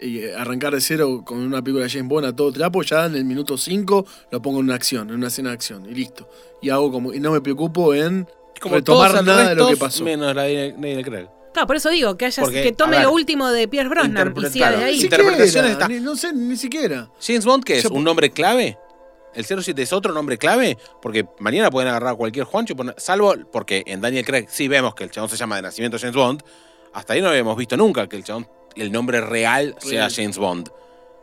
Speaker 5: y, eh, arrancar de cero con una película de James Bond a todo trapo, ya en el minuto 5 lo pongo en una acción, en una escena de acción, y listo. Y hago como, y no me preocupo en retomar
Speaker 4: todos
Speaker 5: nada de lo que
Speaker 4: arrestos,
Speaker 5: pasó.
Speaker 4: Menos la de Daniel Craig.
Speaker 1: Claro, por eso digo, que haya,
Speaker 4: Porque,
Speaker 1: que tome
Speaker 4: a ver,
Speaker 1: lo último de Pierce Brosnan y
Speaker 4: interpreta-
Speaker 1: siga desde
Speaker 4: claro,
Speaker 5: Ni
Speaker 1: ahí.
Speaker 4: sí.
Speaker 5: siquiera,
Speaker 4: Interpretaciones está-
Speaker 5: ni- no sé, ni siquiera.
Speaker 4: James Bond, ¿qué es?
Speaker 5: Yo-
Speaker 4: ¿Un nombre clave? ¿El 07 es otro nombre clave? Porque mañana pueden agarrar a cualquier Juancho, y poner- salvo porque en Daniel Craig sí vemos que el chabón se llama de nacimiento James Bond. Hasta ahí no habíamos visto nunca que el chabón, el nombre real sea
Speaker 5: Real.
Speaker 4: James Bond.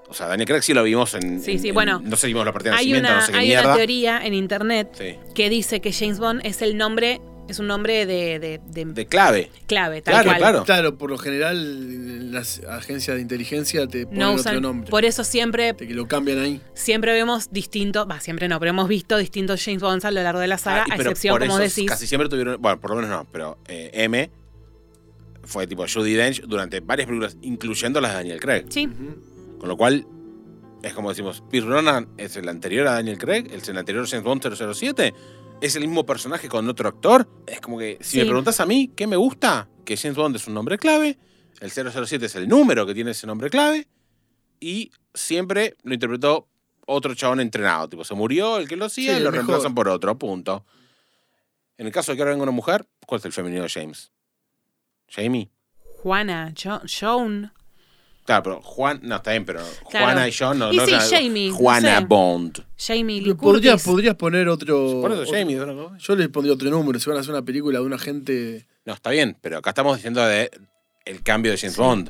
Speaker 4: O sea, Daniel Craig sí lo vimos en.
Speaker 1: Sí,
Speaker 4: en-
Speaker 1: sí,
Speaker 4: en-
Speaker 1: bueno.
Speaker 4: No sé si vimos la partida de
Speaker 1: Hay
Speaker 4: nacimiento,
Speaker 1: una,
Speaker 4: no sé qué
Speaker 1: hay
Speaker 4: mierda.
Speaker 1: una teoría en internet
Speaker 4: Sí.
Speaker 1: que dice que James Bond es el nombre, es un nombre de, de- de
Speaker 4: De clave.
Speaker 1: clave, tal
Speaker 4: Claro,
Speaker 1: cual.
Speaker 4: claro.
Speaker 5: Claro, por lo general las agencias de inteligencia te ponen
Speaker 1: No
Speaker 5: otro
Speaker 1: usan,
Speaker 5: nombre.
Speaker 1: por eso siempre,
Speaker 5: de que lo cambian ahí.
Speaker 1: siempre vemos distintos, va, siempre no, pero hemos visto distintos James Bonds a lo largo de la saga,
Speaker 4: Ah, y
Speaker 1: a
Speaker 4: pero
Speaker 1: excepción,
Speaker 4: por
Speaker 1: como
Speaker 4: eso
Speaker 1: decís,
Speaker 4: Casi siempre tuvieron. Bueno, por lo menos no, pero eh, M fue tipo Judy Dench durante varias películas, incluyendo las de Daniel Craig.
Speaker 1: sí,
Speaker 4: Con lo cual, es como decimos, Pierce Ronan es el anterior a Daniel Craig, es el anterior James Bond 007, es el mismo personaje con otro actor. Es como que, si me
Speaker 1: Sí.
Speaker 4: preguntas a mí, ¿qué me gusta? Que James Bond es un nombre clave, el 007 es el número que tiene ese nombre clave, y siempre lo interpretó otro chabón entrenado. Tipo, se murió el que lo hacía
Speaker 5: Sí,
Speaker 4: y lo
Speaker 5: el mejor.
Speaker 4: reemplazan por otro, punto. En el caso de que ahora venga una mujer, ¿cuál es el femenino de James? Jamie.
Speaker 1: Juana, Jo- Joan,
Speaker 4: Claro, pero Juan, no, está bien, pero
Speaker 1: Claro.
Speaker 4: Juana y John no.
Speaker 1: Y
Speaker 4: no
Speaker 1: sí,
Speaker 4: es-
Speaker 1: Jamie, no
Speaker 4: Juana
Speaker 1: sé.
Speaker 4: Bond.
Speaker 1: Jamie Lee
Speaker 5: ¿Podrías,
Speaker 1: Curtis.
Speaker 5: podrías poner otro.
Speaker 4: Por eso
Speaker 5: otro-
Speaker 4: Jamie, ¿no?
Speaker 5: Yo les pondría otro número. Si van a hacer una película de un agente.
Speaker 4: No, está bien, pero acá estamos diciendo de el cambio de James Bond.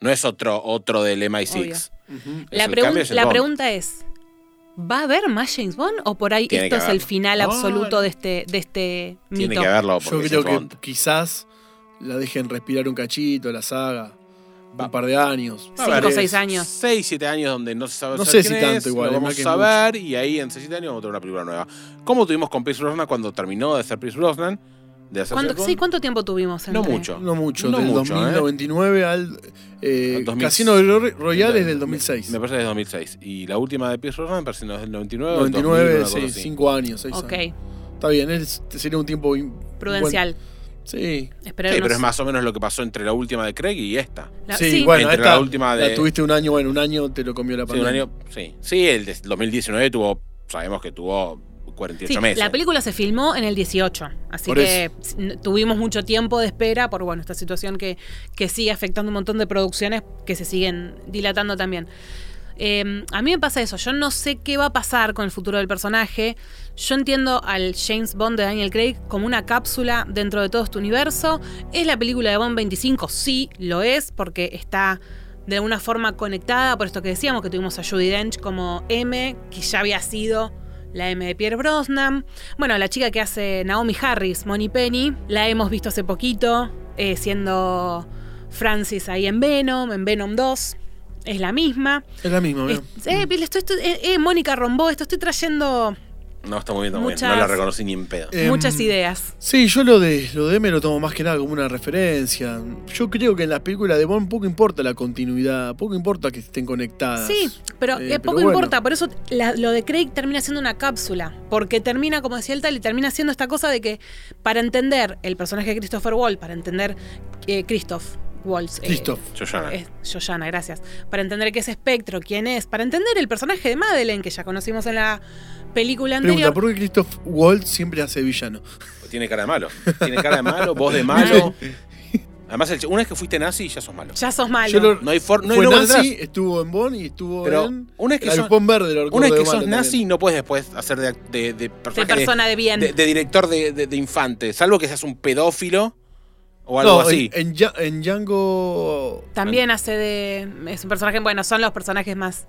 Speaker 4: No es otro, otro del MI6.
Speaker 1: Obvio.
Speaker 4: Es
Speaker 1: La,
Speaker 4: el
Speaker 1: pregun-
Speaker 4: cambio de James
Speaker 1: la
Speaker 4: Bond.
Speaker 1: pregunta es, ¿va a haber más James Bond o por ahí
Speaker 4: Tiene
Speaker 1: esto
Speaker 4: que
Speaker 1: es el
Speaker 4: haber.
Speaker 1: final
Speaker 5: Ah,
Speaker 1: absoluto de este, de este
Speaker 4: Tiene
Speaker 1: mito?
Speaker 4: que haberlo porque
Speaker 5: Yo
Speaker 4: es
Speaker 5: creo
Speaker 4: James Bond.
Speaker 5: que quizás la dejen respirar un cachito, la saga.
Speaker 4: Va.
Speaker 5: Un par de años.
Speaker 4: Va a haber
Speaker 1: Cinco o seis años.
Speaker 4: 6, 7 años donde no se sabe
Speaker 5: No
Speaker 4: saber
Speaker 5: sé
Speaker 4: quién
Speaker 5: si
Speaker 4: es,
Speaker 5: tanto igual,
Speaker 4: lo
Speaker 5: es
Speaker 4: vamos
Speaker 5: más que
Speaker 4: a saber y ahí en 6, 7 años vamos a tener una película nueva. ¿Cómo tuvimos con Pierce Brosnan cuando terminó de ser Pierce Brosnan? De hacer
Speaker 1: ¿Cuándo-
Speaker 4: James
Speaker 1: sí,
Speaker 4: Bond?
Speaker 1: ¿cuánto tiempo tuvimos?
Speaker 4: No
Speaker 1: entre-
Speaker 4: mucho.
Speaker 5: No mucho,
Speaker 4: No
Speaker 5: del
Speaker 4: mucho, ¿eh?
Speaker 5: 2099 al. eh,
Speaker 4: Al 2000.
Speaker 5: Casino Ro- Royale es del 2006.
Speaker 4: Me parece que es 2006. Y la última de Pierce Brosnan parece que es del 99.
Speaker 5: 99,
Speaker 4: 2000, una cosa
Speaker 5: sí,
Speaker 4: así.
Speaker 5: 5 años, 6
Speaker 1: Ok,
Speaker 5: años. Está bien, es- sería un tiempo. in-
Speaker 1: prudencial.
Speaker 5: bueno. Sí.
Speaker 1: Esperar
Speaker 4: Sí,
Speaker 1: unos-
Speaker 4: pero es más o menos lo que pasó entre la última de Craig y esta.
Speaker 1: la-
Speaker 5: sí,
Speaker 1: sí.
Speaker 5: bueno,
Speaker 4: Entre
Speaker 5: esta
Speaker 4: la última de-
Speaker 5: tuviste un año, bueno, un año te lo comió la
Speaker 4: Sí, un
Speaker 5: pandemia.
Speaker 4: año, sí. Sí, el de 2019 tuvo, sabemos que tuvo 48
Speaker 1: Sí,
Speaker 4: meses.
Speaker 1: la película se filmó en el 18, así
Speaker 5: Por
Speaker 1: que n- tuvimos mucho tiempo de espera por bueno esta situación que, que sigue afectando un montón de producciones que se siguen dilatando también. Eh, a mí me pasa eso, yo no sé qué va a pasar con el futuro del personaje. Yo entiendo al James Bond de Daniel Craig como una cápsula dentro de todo este universo. ¿Es la película de Bond 25? Sí, lo es, porque está de alguna forma conectada por esto que decíamos, que tuvimos a Judy Dench como M, que ya había sido la M de Pierre Brosnan. Bueno, la chica que hace Naomi Harris, Moni Penny, la hemos visto hace poquito, eh, siendo Francis ahí en Venom, en Venom 2. Es la misma.
Speaker 5: Es la misma,
Speaker 1: Es-
Speaker 5: mira.
Speaker 1: eh, le estoy- estoy- eh, eh, Mónica Rombó, esto estoy trayendo
Speaker 4: No, está muy bien, está muy bien.
Speaker 1: Muchas-
Speaker 4: No la reconocí ni en pedo.
Speaker 5: Eh,
Speaker 1: muchas ideas.
Speaker 5: Sí, yo lo de, lo de M lo tomo más que nada como una referencia. Yo creo que en las películas de Bond poco importa la continuidad, poco importa que estén conectadas.
Speaker 1: Sí, pero
Speaker 5: Eh,
Speaker 1: eh,
Speaker 5: pero
Speaker 1: poco
Speaker 5: bueno.
Speaker 1: importa, por eso la- lo de Craig termina siendo una cápsula, porque termina, como decía el tal, y termina siendo esta cosa de que para entender el personaje de Christopher Wall, para entender eh, Christoph Waltz, eh,
Speaker 5: Listo.
Speaker 4: Yo ya no.
Speaker 1: es Joyana, gracias. Para entender qué es espectro, quién es, para entender el personaje de Madeleine, que ya conocimos en la película
Speaker 5: Pregunta,
Speaker 1: anterior.
Speaker 5: ¿por qué Christoph Waltz siempre hace villano?
Speaker 4: Tiene cara de malo. Tiene cara de malo, voz de malo. Además, el ch- una vez que fuiste nazi, ya sos malo.
Speaker 1: Ya sos malo.
Speaker 5: Yo lo-
Speaker 4: No hay, for, no hay
Speaker 5: Fue
Speaker 4: lugar
Speaker 5: nazi,
Speaker 4: atrás.
Speaker 5: estuvo en Bond y estuvo
Speaker 4: Pero
Speaker 5: en...
Speaker 4: una vez que
Speaker 5: al
Speaker 4: sos-
Speaker 5: Pon Verde, lo
Speaker 4: Una
Speaker 5: recuerdo
Speaker 4: vez
Speaker 5: de
Speaker 4: que sos
Speaker 5: Malta
Speaker 4: nazi,
Speaker 5: también.
Speaker 4: no puedes después hacer de, act- de, de
Speaker 1: de
Speaker 4: personaje de-
Speaker 1: persona de bien.
Speaker 4: de- de director de, de- de infantes. Salvo que seas un pedófilo o algo
Speaker 5: No,
Speaker 4: así.
Speaker 5: En, en Ja- en Django
Speaker 1: También hace de. Es un personaje. Bueno, son los personajes más.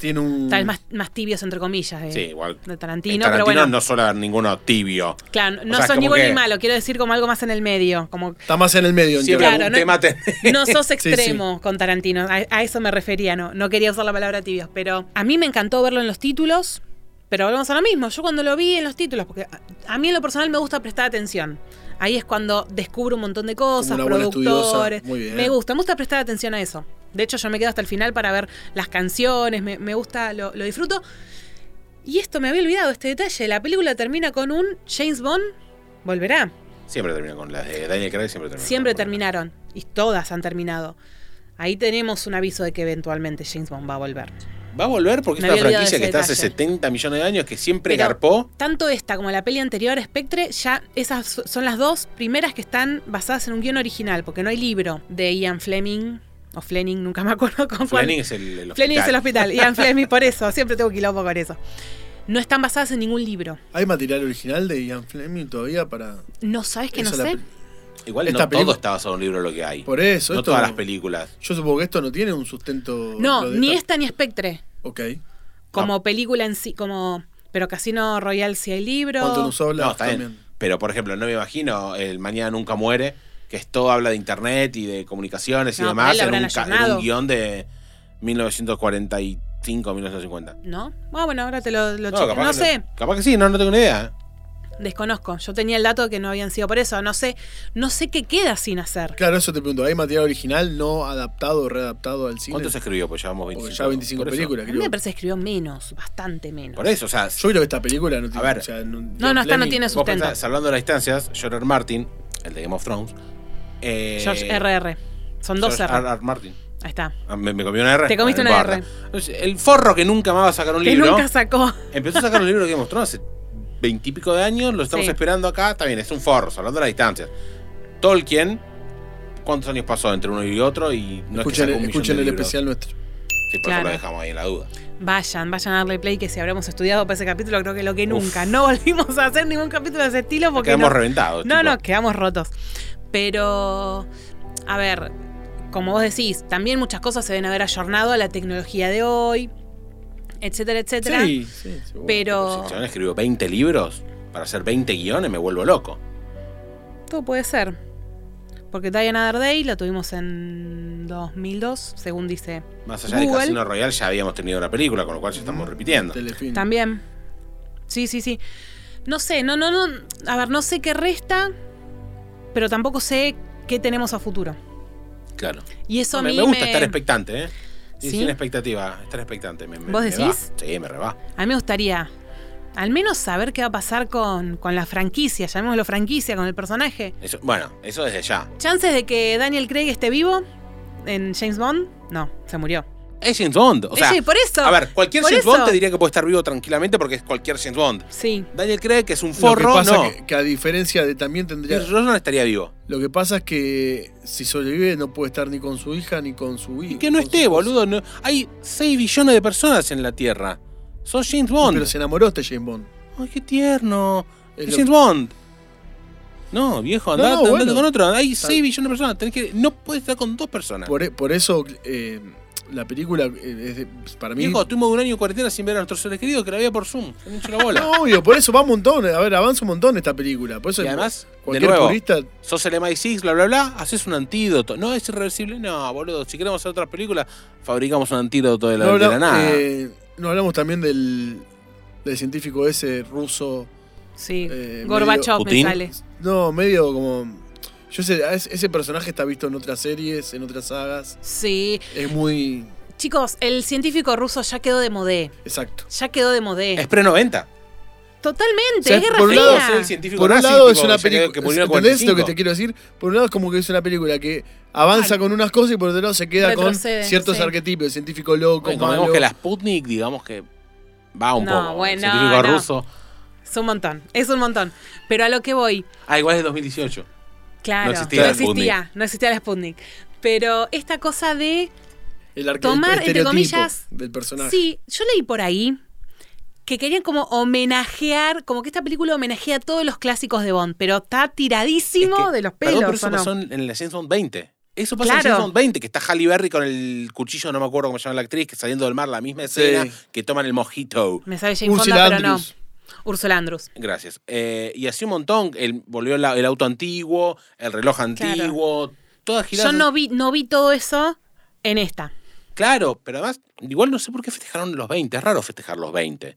Speaker 5: tiene un...
Speaker 1: Tal vez más, más tibios, entre comillas, de,
Speaker 4: sí, igual.
Speaker 1: de
Speaker 4: En
Speaker 1: Tarantino.
Speaker 4: Tarantino
Speaker 1: pero bueno,
Speaker 4: no suena ninguno tibio.
Speaker 1: claro, no
Speaker 4: sea, es
Speaker 1: sos ni
Speaker 4: como
Speaker 1: bueno ni
Speaker 4: que-
Speaker 1: malo. Quiero decir como algo más en el medio. Como
Speaker 5: Está más en el medio. en
Speaker 4: Siempre
Speaker 5: Django.
Speaker 1: Claro,
Speaker 4: algún
Speaker 1: no-
Speaker 4: tema tenés.
Speaker 1: no sos
Speaker 5: sí.
Speaker 1: extremo con Tarantino. A, a eso me refería, no, no quería usar la palabra tibios, pero a mí me encantó verlo en los títulos. Pero volvemos a lo mismo. Yo cuando lo vi en los títulos, porque a, a mí en lo personal me gusta prestar atención. Ahí es cuando descubro un montón de cosas,
Speaker 5: una buena estudiosa.
Speaker 1: productores.
Speaker 5: Muy bien.
Speaker 1: Me gusta, me gusta prestar atención a eso. De hecho, yo me quedo hasta el final para ver las canciones, me, me gusta, lo, lo disfruto. Y esto me había olvidado, este detalle. La película termina con un James Bond volverá.
Speaker 4: Siempre termina con las de Daniel Craig, siempre termina.
Speaker 1: Siempre
Speaker 4: con-
Speaker 1: terminaron. Y todas han terminado. Ahí tenemos un aviso de que eventualmente James Bond va a volver.
Speaker 4: Va a volver porque es
Speaker 1: Me
Speaker 4: una
Speaker 1: había olvidado
Speaker 4: franquicia
Speaker 1: ese
Speaker 4: que está hace
Speaker 1: detalle.
Speaker 4: 70 millones de años, que siempre
Speaker 1: Pero
Speaker 4: garpó.
Speaker 1: Tanto esta como la peli anterior, Spectre, ya esas son las dos primeras que están basadas en un guión original, porque no hay libro de Ian Fleming o Fleming, nunca me acuerdo con cuál.
Speaker 4: Fleming es el, el
Speaker 1: Fleming es el
Speaker 4: hospital.
Speaker 1: hospital. Ian Fleming, por eso, siempre tengo quilombo con eso. No están basadas en ningún libro.
Speaker 5: ¿Hay material original de Ian Fleming todavía para.?
Speaker 1: No sabes que
Speaker 5: Esa
Speaker 1: no
Speaker 5: la
Speaker 1: sé.
Speaker 5: pe-
Speaker 4: Igual
Speaker 5: Esta
Speaker 4: no todo
Speaker 5: película-
Speaker 4: está basado en un libro lo que hay.
Speaker 5: Por eso,
Speaker 4: No
Speaker 5: esto-
Speaker 4: todas las películas.
Speaker 5: Yo supongo que esto no tiene un sustento.
Speaker 1: No,
Speaker 5: lo Ah. de
Speaker 1: ni
Speaker 5: esta-
Speaker 1: esta ni Spectre.
Speaker 5: Ok.
Speaker 1: Como película en sí, como. Pero Casino Royal si hay libro.
Speaker 5: ¿Cuánto nos habla?
Speaker 4: No, está bien.
Speaker 5: También.
Speaker 4: Pero, por ejemplo, no me imagino el Mañana Nunca Muere, que es todo habla de internet y de comunicaciones y
Speaker 1: No, por
Speaker 4: demás,
Speaker 1: ahí lo
Speaker 4: en
Speaker 1: habrán
Speaker 4: un, ca- en
Speaker 1: allanado.
Speaker 4: un guión de 1945, 1950.
Speaker 1: ¿No? Ah, bueno, ahora te lo, lo
Speaker 4: No,
Speaker 1: chequeo.
Speaker 4: capaz
Speaker 1: No
Speaker 4: que
Speaker 1: sé.
Speaker 4: capaz que sí, no, no tengo ni idea. ¿eh?
Speaker 1: Desconozco. Yo tenía el dato de que no habían sido por eso. No sé, no sé qué queda sin hacer.
Speaker 5: Claro, eso te pregunto. ¿Hay material original no adaptado o readaptado al cine?
Speaker 4: ¿Cuánto se escribió? Pues llevamos 25.
Speaker 5: Porque ya 25
Speaker 4: por eso.
Speaker 5: películas,
Speaker 1: A mí me
Speaker 5: creo.
Speaker 1: parece que escribió menos, bastante menos.
Speaker 4: Por eso, o sea,
Speaker 5: Yo creo que esta película no tiene.
Speaker 4: ver.
Speaker 5: o sea, no,
Speaker 1: no, esta no
Speaker 5: Fleming-
Speaker 1: tiene
Speaker 4: Vos
Speaker 1: sustento.
Speaker 4: pensás, salvando las distancias, George R. Martin, el de Game of Thrones. eh,
Speaker 1: George R.R. Son dos
Speaker 4: George
Speaker 1: R.
Speaker 4: R. R. Martin.
Speaker 1: Ahí está.
Speaker 4: Ah, Me, me comí una R.
Speaker 1: Te comiste
Speaker 4: Bueno,
Speaker 1: una
Speaker 4: no
Speaker 1: R.
Speaker 4: importa. Entonces, El forro que nunca más va a sacar un
Speaker 1: Que
Speaker 4: libro.
Speaker 1: nunca sacó.
Speaker 4: Empezó a sacar un libro de Game of Thrones hace veintipico de años. Lo estamos
Speaker 1: Sí.
Speaker 4: esperando acá. Está bien, es un forro, salvando las distancias. Tolkien. ¿Cuántos años pasó entre uno y otro? Y no
Speaker 5: Escuchen,
Speaker 4: es que sacó un millón
Speaker 5: escuchen
Speaker 4: de
Speaker 5: el
Speaker 4: libros.
Speaker 5: especial nuestro.
Speaker 4: Sí, por
Speaker 1: Claro.
Speaker 4: eso lo dejamos ahí en la duda.
Speaker 1: Vayan, vayan a darle play que si habremos estudiado para ese capítulo, creo que lo que nunca. No volvimos a hacer ningún capítulo de ese estilo porque.
Speaker 4: Quedamos
Speaker 1: no-
Speaker 4: reventados.
Speaker 1: No,
Speaker 4: tipo.
Speaker 1: no, quedamos rotos. Pero, a ver, como vos decís, también muchas cosas se deben haber ayornado a la tecnología de hoy, etcétera, etcétera.
Speaker 5: Sí, sí, seguro.
Speaker 1: Pero
Speaker 4: Si Chabón escribió 20 libros para hacer 20 guiones, me vuelvo loco.
Speaker 1: todo puede ser. Porque Die Another Day lo tuvimos en 2002, según dice.
Speaker 4: Más allá de
Speaker 1: Google.
Speaker 4: Casino Royale ya habíamos tenido una película, con lo cual ya
Speaker 5: Mm.
Speaker 4: estamos repitiendo.
Speaker 5: Telefilm.
Speaker 1: También. Sí, sí, sí. No sé, no, no, no. A ver, no sé qué resta, pero tampoco sé qué tenemos a futuro.
Speaker 4: Claro.
Speaker 1: Y eso a
Speaker 4: me,
Speaker 1: mí
Speaker 4: me gusta
Speaker 1: me-
Speaker 4: estar expectante, ¿eh? Sí,
Speaker 1: ¿Sí?
Speaker 4: sin expectativa, estar expectante. Me, me-
Speaker 1: ¿Vos
Speaker 4: me va.
Speaker 1: decís?
Speaker 4: Sí, me reba.
Speaker 1: A mí me gustaría al menos saber qué va a pasar con, con la franquicia, llamémoslo franquicia, con el personaje.
Speaker 4: Eso, bueno, eso desde ya.
Speaker 1: ¿Chances de que Daniel Craig esté vivo en James Bond? No, se murió. Eh,
Speaker 4: Es James Bond. O sea,
Speaker 1: Sí, por eso.
Speaker 4: A ver, cualquier
Speaker 1: Por
Speaker 4: James
Speaker 1: eso.
Speaker 4: Bond te diría que puede estar vivo tranquilamente porque es cualquier James Bond.
Speaker 1: Sí.
Speaker 4: Daniel Craig, que es un
Speaker 5: Lo que
Speaker 4: forro,
Speaker 5: pasa
Speaker 4: no.
Speaker 5: que, que a diferencia de también tendría.
Speaker 4: Pierce Brosnan estaría vivo.
Speaker 5: Lo que pasa es que si sobrevive no puede estar ni con su hija ni con su hijo.
Speaker 4: Y que no esté, boludo. no. Hay 6 billones de personas en la Tierra. Sos James Bond.
Speaker 5: Pero se enamoró este James Bond.
Speaker 4: Ay, qué tierno.
Speaker 5: Es
Speaker 4: Es
Speaker 5: lo-
Speaker 4: James Bond. No, viejo, andá,
Speaker 5: No, no,
Speaker 4: andate
Speaker 5: bueno.
Speaker 4: con otro. Hay
Speaker 5: Está-
Speaker 4: 6 billones de personas. Tenés que, no puedes estar con dos personas.
Speaker 5: Por, e- por eso eh, la película eh, es de- para mí.
Speaker 4: Viejo, estuvimos un año en cuarentena sin ver a nuestros seres queridos que la veía por Zoom. Se me hinchó la bola.
Speaker 5: No, obvio, por eso va un montón. A ver, avanza un montón esta película. Por eso
Speaker 4: Y además,
Speaker 5: cualquier
Speaker 4: de nuevo,
Speaker 5: turista.
Speaker 4: sos el MI6, bla, bla, bla, haces un antídoto. No, es irreversible. No, boludo, si queremos hacer otras películas, fabricamos un antídoto de la,
Speaker 5: no,
Speaker 4: de la
Speaker 5: habla-
Speaker 4: nada.
Speaker 5: eh, no hablamos también del, del científico ese ruso.
Speaker 1: Sí.
Speaker 5: Eh,
Speaker 1: Gorbachov
Speaker 4: medio- Putin.
Speaker 1: me sale.
Speaker 5: No, medio como. Yo sé, a ese ese personaje está visto en otras series, en otras sagas.
Speaker 1: Sí.
Speaker 5: Es muy.
Speaker 1: Chicos, el científico ruso ya quedó de modé.
Speaker 5: Exacto.
Speaker 1: Ya quedó de modé.
Speaker 4: es pre-90.
Speaker 1: Totalmente,
Speaker 5: O sea,
Speaker 1: es guerra
Speaker 5: por un
Speaker 1: fría.
Speaker 5: lado
Speaker 4: Soy el científico
Speaker 5: Por un
Speaker 4: nazi,
Speaker 5: lado
Speaker 4: tipo,
Speaker 5: es
Speaker 4: ya
Speaker 5: una
Speaker 4: que-
Speaker 5: película.
Speaker 4: que murió en el
Speaker 5: ¿Entendés lo que
Speaker 4: 45.
Speaker 5: te quiero decir? Por un lado es como que es una película que avanza con unas cosas y por otro lado se queda
Speaker 1: Retrocede,
Speaker 5: con ciertos
Speaker 1: sí.
Speaker 5: arquetipos, el científico loco,
Speaker 4: Como vemos
Speaker 5: malo.
Speaker 4: que la Sputnik, digamos que va un
Speaker 1: No,
Speaker 4: poco.
Speaker 1: bueno,
Speaker 4: científico
Speaker 1: no.
Speaker 4: ruso.
Speaker 1: Es un montón, es un montón. Pero a lo que voy,
Speaker 4: Ah, igual es de 2018.
Speaker 1: claro,
Speaker 4: No
Speaker 1: no
Speaker 4: existía
Speaker 1: existía,
Speaker 4: la
Speaker 1: no existía, la Sputnik. Pero esta cosa de
Speaker 5: el arquetipo
Speaker 1: tomar, entre
Speaker 5: estereotipo
Speaker 1: comillas,
Speaker 5: del personaje.
Speaker 1: Sí, yo leí por ahí que querían como homenajear, como que esta película homenajea a todos los clásicos de Bond, pero está tiradísimo
Speaker 4: Es que-
Speaker 1: de los pelos.
Speaker 4: perdón, pero eso
Speaker 1: ¿o no?
Speaker 4: pasó en, en la James Bond 20. Eso pasa en
Speaker 1: Claro.
Speaker 4: James Bond 20, que está Halle Berry con el cuchillo, no me acuerdo cómo se llama la actriz, que saliendo del mar, la misma escena que toman el mojito.
Speaker 1: Me sale Jane
Speaker 5: Ursula
Speaker 1: Fonda, pero no.
Speaker 5: Andrews.
Speaker 1: Ursula Andrews.
Speaker 4: Gracias. Eh, y así un montón. El, volvió la- el auto antiguo, el reloj antiguo, todas
Speaker 1: Yo
Speaker 4: giradas.
Speaker 1: no vi, no vi todo eso en esta.
Speaker 4: Claro, pero además, igual no sé por qué festejaron los 20. Es raro festejar los 20.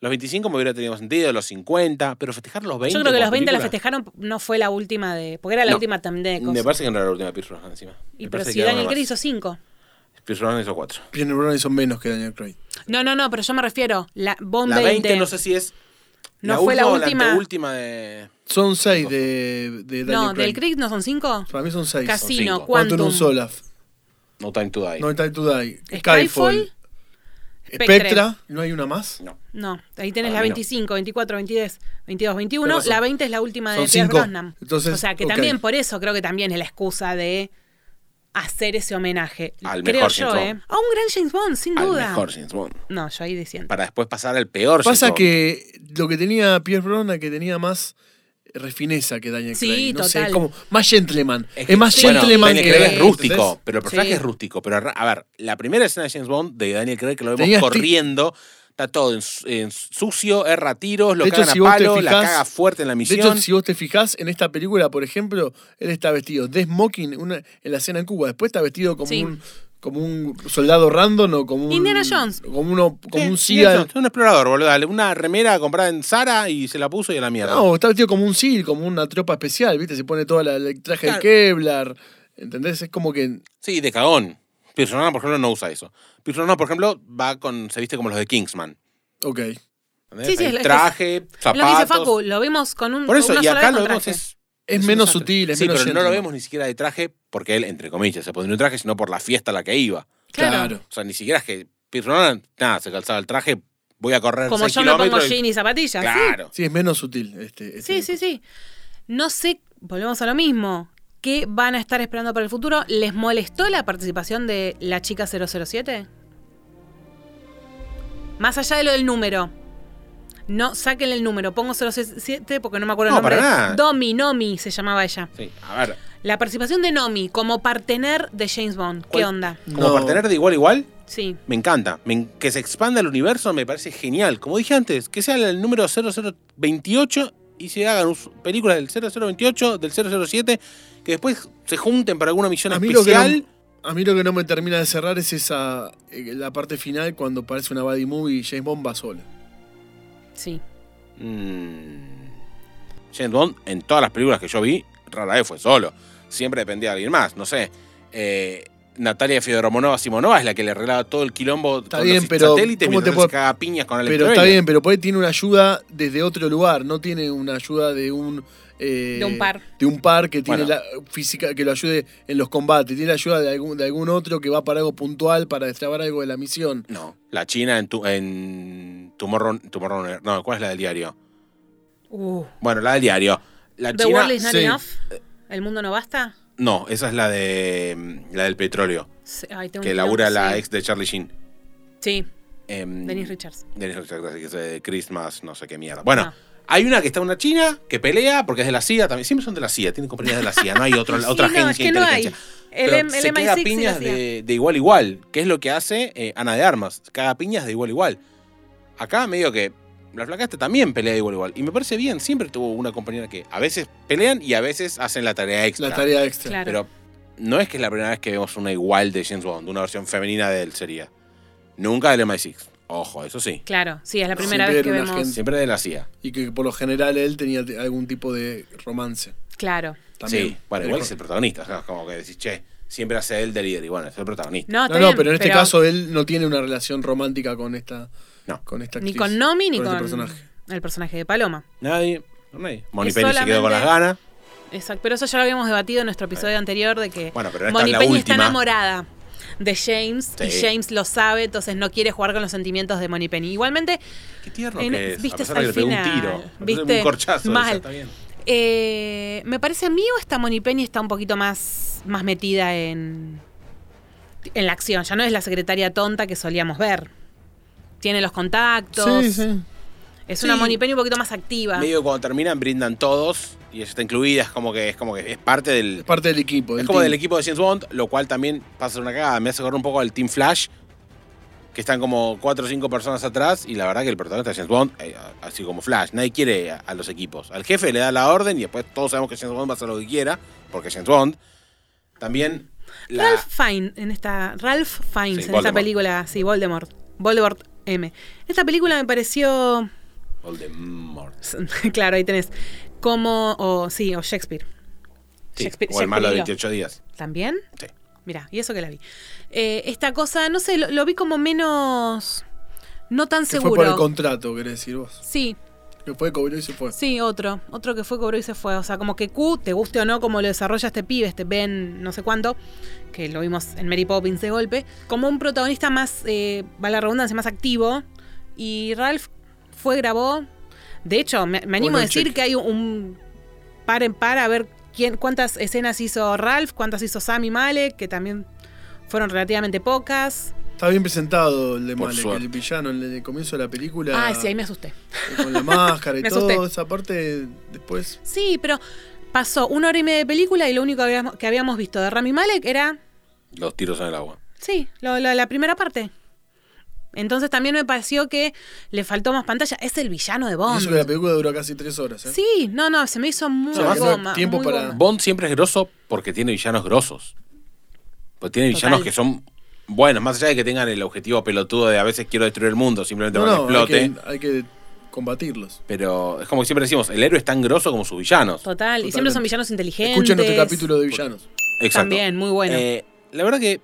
Speaker 4: Los 25 me hubiera tenido sentido, los 50, pero festejar los 20.
Speaker 1: Yo creo que
Speaker 4: como
Speaker 1: los 20 la
Speaker 4: película,
Speaker 1: festejaron, no fue la última de. Porque era la
Speaker 4: No.
Speaker 1: última también de
Speaker 4: Me
Speaker 1: cosas.
Speaker 4: parece que no era la última de Pierce Brosnan, encima.
Speaker 1: Y pero
Speaker 4: Me parece que
Speaker 1: si
Speaker 4: era
Speaker 1: Daniel
Speaker 4: una
Speaker 1: Craig
Speaker 4: más.
Speaker 1: hizo 5.
Speaker 4: Pierce Brosnan hizo 4.
Speaker 5: Pierce Brosnan son menos que Daniel Craig.
Speaker 1: No, no, no, pero yo me refiero. La Bond
Speaker 4: La
Speaker 1: 20.
Speaker 4: 20 no sé si es.
Speaker 1: No fue la
Speaker 4: uno o
Speaker 1: última.
Speaker 4: La anteúltima de.
Speaker 5: Son seis de, de Daniel
Speaker 1: No,
Speaker 5: Craig.
Speaker 1: del Craig no son 5.
Speaker 5: Para mí son seis.
Speaker 1: Casino,
Speaker 4: cinco.
Speaker 5: Quantum
Speaker 1: Quantum.
Speaker 5: Solaf.
Speaker 4: No Time to Die.
Speaker 5: No Time to Die.
Speaker 1: Skyfall.
Speaker 5: Skyfall. Spectra. ¿No hay una más?
Speaker 4: No.
Speaker 1: No, ahí tenés
Speaker 4: Para
Speaker 1: la
Speaker 4: mí no.
Speaker 1: 25, 24, 22, 22, 21.
Speaker 5: Tenés razón.
Speaker 1: La 20 es la última de
Speaker 5: Son
Speaker 1: Pierce
Speaker 5: cinco.
Speaker 1: Brosnan.
Speaker 5: Entonces,
Speaker 1: o sea, que
Speaker 5: ok.
Speaker 1: también por eso creo que también es la excusa de hacer ese homenaje.
Speaker 4: Al
Speaker 1: creo
Speaker 4: mejor
Speaker 1: yo,
Speaker 4: James
Speaker 1: ¿eh?
Speaker 4: Bond.
Speaker 1: A un gran James Bond, sin
Speaker 4: Al
Speaker 1: duda.
Speaker 4: mejor James Bond.
Speaker 1: No, yo ahí diciendo.
Speaker 4: Para después pasar al peor James
Speaker 5: Pasa
Speaker 4: Bond.
Speaker 5: que lo que tenía Pierce Brosnan que tenía más eh, refineza que Daniel
Speaker 1: Sí,
Speaker 5: Craig. No sé,
Speaker 1: total.
Speaker 5: es como más gentleman. Es,
Speaker 4: Es que-
Speaker 5: más
Speaker 4: bueno,
Speaker 5: gentleman
Speaker 4: Daniel
Speaker 5: que
Speaker 4: Craig es
Speaker 5: ¿entendés?
Speaker 4: rústico, pero el personaje
Speaker 1: Sí.
Speaker 4: es rústico. Pero arra- a ver, la primera escena de James Bond de Daniel Craig que lo vemos
Speaker 5: Tenía esti-
Speaker 4: corriendo, está todo en, su- en sucio, erra tiros, lo
Speaker 5: De hecho,
Speaker 4: cagan
Speaker 5: si
Speaker 4: a
Speaker 5: vos te
Speaker 4: palo, la
Speaker 5: fijás-
Speaker 4: caga fuerte en la
Speaker 5: De
Speaker 4: misión.
Speaker 5: hecho, si vos te fijás, en esta película, por ejemplo, él está vestido de smoking una, en la escena en Cuba. Después está vestido como
Speaker 1: Sí.
Speaker 5: un como un soldado random o como un.
Speaker 1: Indiana Jones.
Speaker 5: Como, uno, como
Speaker 4: Sí,
Speaker 5: un
Speaker 4: sí, eso,
Speaker 5: SEAL.
Speaker 4: es un explorador, boludo. dale, Una remera comprada en Zara y se la puso y a la mierda.
Speaker 5: No, está vestido como un SEAL, como una tropa especial, ¿viste? Se pone todo la, el traje
Speaker 4: Claro.
Speaker 5: de Kevlar. ¿Entendés? Es como que.
Speaker 4: Sí, de cagón. Pierce Brosnan, por ejemplo, no usa eso. Pierce Brosnan, por ejemplo, va con, se viste como los de Kingsman.
Speaker 5: Ok.
Speaker 4: ¿entendés?
Speaker 1: Sí, sí,
Speaker 4: Hay
Speaker 1: es lo- es que-
Speaker 4: traje,
Speaker 1: Lo que dice
Speaker 4: zapatos.
Speaker 1: Facu, lo vimos con un.
Speaker 4: Por eso,
Speaker 1: una
Speaker 4: y
Speaker 1: sola
Speaker 4: acá
Speaker 1: vez
Speaker 4: lo
Speaker 1: con
Speaker 4: vemos
Speaker 1: traje.
Speaker 4: es
Speaker 5: Es,
Speaker 4: un
Speaker 5: menos
Speaker 4: desastre.
Speaker 5: sutil, es
Speaker 4: sí,
Speaker 5: menos
Speaker 4: pero no lo
Speaker 5: gentleman.
Speaker 4: vemos ni siquiera de traje porque él, entre comillas, se ponía un traje, sino por la fiesta a la que iba.
Speaker 1: Claro.
Speaker 4: O sea, ni siquiera es que Pierce Brosnan, nada, se calzaba el traje, voy a correr
Speaker 1: Como
Speaker 4: seis
Speaker 1: yo me pongo
Speaker 4: kilómetros y-
Speaker 1: jean y zapatillas. sí.
Speaker 4: Claro.
Speaker 5: Sí, es menos sutil. Este, este
Speaker 1: Sí, sí, sí. No sé, volvemos a lo mismo. ¿Qué van a estar esperando para el futuro? ¿Les molestó la participación de la chica 007? Más allá de lo del número. No, sáquenle el número. Pongo 007 porque no me acuerdo el
Speaker 4: No,
Speaker 1: nombre.
Speaker 4: para nada.
Speaker 1: Domi, Nomi se llamaba ella.
Speaker 4: Sí, a ver.
Speaker 1: La participación de Nomi como partener de James Bond. ¿Qué
Speaker 4: ¿Cuál?
Speaker 1: onda?
Speaker 4: Como
Speaker 5: No.
Speaker 4: partener de igual a igual,
Speaker 1: Sí.
Speaker 4: me encanta. Me en- que se expanda el universo me parece genial. Como dije antes, que sea el número 0028 y se hagan us- películas del 0028, del 007, que después se junten para alguna misión
Speaker 5: A mí lo que
Speaker 4: especial.
Speaker 5: no- a mí lo que no me termina de cerrar es esa eh, la parte final cuando parece una body movie y James Bond va solo.
Speaker 1: Sí.
Speaker 4: Mm. James Bond, en todas las películas que yo vi, rara vez fue solo. Siempre dependía de alguien más. No sé. eh, Natalia Fiodoramonova Simonova es la que le arreglaba todo el quilombo con
Speaker 5: bien,
Speaker 4: los
Speaker 5: pero
Speaker 4: satélites
Speaker 5: ¿cómo te
Speaker 4: mientras
Speaker 5: puedo-
Speaker 4: se caga piñas con el
Speaker 5: Pero está bien, pero por ahí tiene una ayuda desde otro lugar, no tiene una ayuda de un eh,
Speaker 1: De un par.
Speaker 5: de un par que tiene
Speaker 4: Bueno.
Speaker 5: la física que lo ayude en los combates, tiene la ayuda de algún de algún otro que va para algo puntual para destrabar algo de la misión.
Speaker 4: No. La China en, tu, en Tomorrow, Tomorrow- No, ¿cuál es la del diario?
Speaker 1: Uh.
Speaker 4: Bueno, la del diario. La
Speaker 1: The
Speaker 4: China.
Speaker 1: World is Not
Speaker 5: sí.
Speaker 1: Enough. ¿El mundo no basta?
Speaker 4: No, esa es la de mm, la del petróleo.
Speaker 1: Sí. Ay, tengo
Speaker 4: Que
Speaker 1: un-
Speaker 4: labura la
Speaker 1: sí.
Speaker 4: ex de Charlie Sheen.
Speaker 1: Sí,
Speaker 4: Em,
Speaker 1: Denise Richards.
Speaker 4: Dennis Richards, así que es de Christmas, no sé qué mierda. Bueno,
Speaker 1: No.
Speaker 4: hay una que está una china que pelea porque es de la CIA también. Siempre son de la CIA, tienen compañías de la CIA, no hay otra
Speaker 1: Sí,
Speaker 4: otra
Speaker 1: no,
Speaker 4: agencia
Speaker 1: es
Speaker 4: de
Speaker 1: que no hay.
Speaker 4: inteligencia.
Speaker 1: El,
Speaker 4: Pero
Speaker 1: M- el
Speaker 4: se
Speaker 1: MI6
Speaker 4: caga
Speaker 1: y la
Speaker 4: piñas
Speaker 1: CIA.
Speaker 4: de, de igual a igual, que es lo que hace eh, Ana de Armas. Caga piñas de igual a igual. Acá medio que la flaca esta también pelea de igual a igual. Y me parece bien, siempre tuvo una compañera que a veces pelean y a veces hacen la tarea extra.
Speaker 5: La tarea extra.
Speaker 1: Claro.
Speaker 4: Pero no es que es la primera vez que vemos una igual de James Bond, una versión femenina de él sería. Nunca del MI6. Ojo, eso sí.
Speaker 1: Claro, sí, es la primera
Speaker 5: Siempre
Speaker 1: vez que
Speaker 5: era un
Speaker 1: vemos.
Speaker 5: agente.
Speaker 4: Siempre de la CIA.
Speaker 5: Y que por lo general él tenía te- algún tipo de romance
Speaker 1: Claro.
Speaker 5: también.
Speaker 4: Sí, bueno, igual es el protagonista. ¿no? Es como que decís, che, siempre hace él de líder y bueno, es el protagonista.
Speaker 1: No,
Speaker 5: No,
Speaker 1: Ah, está
Speaker 5: no,
Speaker 1: bien,
Speaker 5: pero en este caso él no tiene una relación romántica con esta
Speaker 4: No.
Speaker 5: con esta
Speaker 1: Ni
Speaker 5: actriz,
Speaker 1: con Nomi ni con,
Speaker 5: este personaje.
Speaker 1: el personaje de Paloma.
Speaker 4: Nadie. Nadie. Moni
Speaker 1: Es
Speaker 4: Penny se quedó con
Speaker 1: solamente-
Speaker 4: las ganas.
Speaker 1: Exacto, pero eso ya lo habíamos debatido en nuestro episodio anterior de que
Speaker 4: Bueno, pero esta
Speaker 1: Moni
Speaker 4: es la
Speaker 1: Peña está
Speaker 4: última.
Speaker 1: enamorada de James y
Speaker 4: Sí.
Speaker 1: James lo sabe, entonces no quiere jugar con los sentimientos de Moni Penny. Igualmente,
Speaker 4: Qué tierno
Speaker 1: En-
Speaker 4: que es.
Speaker 1: viste,
Speaker 4: a pesar de
Speaker 1: al
Speaker 4: que le pegó un
Speaker 1: final,
Speaker 4: tiro. Le pegó
Speaker 1: viste,
Speaker 4: Un corchazo.
Speaker 1: mal.
Speaker 4: o sea, está bien.
Speaker 1: eh, me parece a mí o esta Moni Penny está un poquito más, más metida en, en la acción. Ya no es la secretaria tonta que solíamos ver. Tiene los contactos.
Speaker 5: Sí, sí.
Speaker 1: Es una
Speaker 4: Sí.
Speaker 1: Moni Penny un poquito más activa.
Speaker 4: Medio que cuando terminan, brindan todos y ella está incluida. Es como que es, como que es parte del.
Speaker 5: Es parte del equipo.
Speaker 4: Es como
Speaker 5: team.
Speaker 4: del equipo de James Bond, lo cual también pasa una cagada. Me hace correr un poco al Team Flash, que están como cuatro o cinco personas atrás, y la verdad que el protagonista es James Bond, eh, así como Flash. Nadie quiere a, a los equipos. Al jefe le da la orden y después todos sabemos que James Bond va a hacer lo que quiera, porque es James Bond. También la.
Speaker 1: Ralph Fiennes en esta Ralph Fiennes
Speaker 4: Sí,
Speaker 1: en esta
Speaker 4: Voldemort.
Speaker 1: película, sí, Voldemort. Voldemort M. Esta película me pareció
Speaker 4: Voldemort.
Speaker 1: claro, ahí tenés como o sí, o Shakespeare.
Speaker 4: Sí,
Speaker 1: Shakespeare-
Speaker 4: o el malo de
Speaker 1: Shakespeareiro.
Speaker 4: 28 días.
Speaker 1: ¿También?
Speaker 4: Sí.
Speaker 1: Mira, y eso que la vi. Eh, esta cosa, no sé, lo, lo vi como menos no tan
Speaker 5: Que fue por el
Speaker 1: seguro.
Speaker 5: contrato, querés decir vos.
Speaker 1: Sí.
Speaker 5: Que fue, cobró y se fue.
Speaker 1: Sí, otro. Otro que fue, cobró y se fue. O sea, como que Q, te guste o no, como lo desarrolla este pibe, este Ben, no sé cuánto, que lo vimos en Mary Poppins de golpe, como un protagonista más, eh, va la redundancia, más activo. Y Ralph fue, grabó. De hecho, me, me animo
Speaker 5: Bueno,
Speaker 1: a decir
Speaker 5: check.
Speaker 1: que hay un par en par a ver quién, cuántas escenas hizo Ralph, cuántas hizo Sam y Malek, que también fueron relativamente pocas.
Speaker 5: Está bien presentado el de
Speaker 4: Por
Speaker 5: Malek,
Speaker 4: suerte.
Speaker 5: el villano, el, el comienzo de la película.
Speaker 1: Ah, sí, ahí me asusté.
Speaker 5: Con la máscara y
Speaker 1: Me asusté.
Speaker 5: todo. Esa parte después.
Speaker 1: Sí, pero pasó una hora y media de película y lo único que habíamos, que habíamos visto de Rami Malek era,
Speaker 4: Los tiros en el agua.
Speaker 1: sí, lo- lo- la primera parte. Entonces también me pareció que le faltó más pantalla. Es el villano de
Speaker 5: Y eso que la
Speaker 1: Bond.
Speaker 5: película duró casi tres horas. ¿eh?
Speaker 1: Sí, no, no, se me hizo muy
Speaker 5: O sea, que no hay
Speaker 1: goma.
Speaker 5: tiempo
Speaker 1: muy
Speaker 5: para-
Speaker 1: goma.
Speaker 4: Bond siempre es grosso porque tiene villanos grosos. Porque tiene
Speaker 1: Total.
Speaker 4: villanos que son buenos, más allá de que tengan el objetivo pelotudo de a veces quiero destruir el mundo simplemente
Speaker 5: No,
Speaker 4: para
Speaker 5: no,
Speaker 4: que
Speaker 5: hay
Speaker 4: explote.
Speaker 5: que, hay que combatirlos.
Speaker 4: Pero es como que siempre decimos, el héroe es tan grosso como sus villanos.
Speaker 1: Total, y siempre son villanos inteligentes.
Speaker 5: Escuchen nuestro capítulo de villanos.
Speaker 4: Exacto.
Speaker 1: También, muy bueno.
Speaker 4: Eh, la verdad que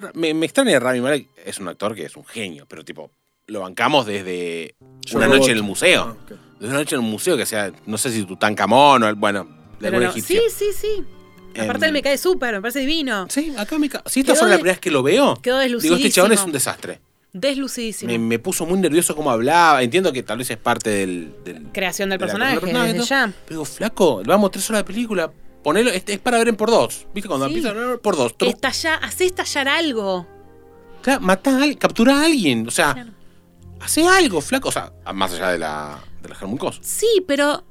Speaker 4: ra- me, me extraña Rami Malek, es un actor que es un genio, pero tipo, lo bancamos desde
Speaker 5: Yo
Speaker 4: una
Speaker 5: Robot.
Speaker 4: noche en el museo.
Speaker 5: Ah, ok.
Speaker 4: Desde una noche en el museo que sea, no sé si Tutankamón o el- bueno, de
Speaker 1: Pero
Speaker 4: algún
Speaker 1: no,
Speaker 4: egipcio.
Speaker 1: Sí, sí, sí. Aparte
Speaker 4: Em,
Speaker 1: él me cae súper, me parece divino.
Speaker 4: Sí, acá me ca- Si esta
Speaker 1: Quedó
Speaker 4: fue la
Speaker 1: de-
Speaker 4: primera vez que lo veo,
Speaker 1: quedó
Speaker 4: digo, este chabón es
Speaker 1: deslucidísimo.
Speaker 4: un desastre.
Speaker 1: Deslucidísimo.
Speaker 4: Me, me puso muy nervioso cómo hablaba. Entiendo que tal vez es parte del. del-
Speaker 1: Creación del
Speaker 4: de la
Speaker 1: personaje,
Speaker 4: persona,
Speaker 1: desde
Speaker 4: ¿no?
Speaker 1: ya.
Speaker 4: Pero digo, flaco, vamos tres horas de película. Ponelo, este es para ver en por dos. ¿Viste? Cuando
Speaker 1: Sí.
Speaker 4: empieza a ver por dos. tru-
Speaker 1: Estalla, hace estallar algo.
Speaker 4: Claro, matá a alguien, capturá a alguien. O sea,
Speaker 1: Claro.
Speaker 4: hace algo, flaco. O sea, más allá de la, de la germuncos.
Speaker 1: Sí, pero.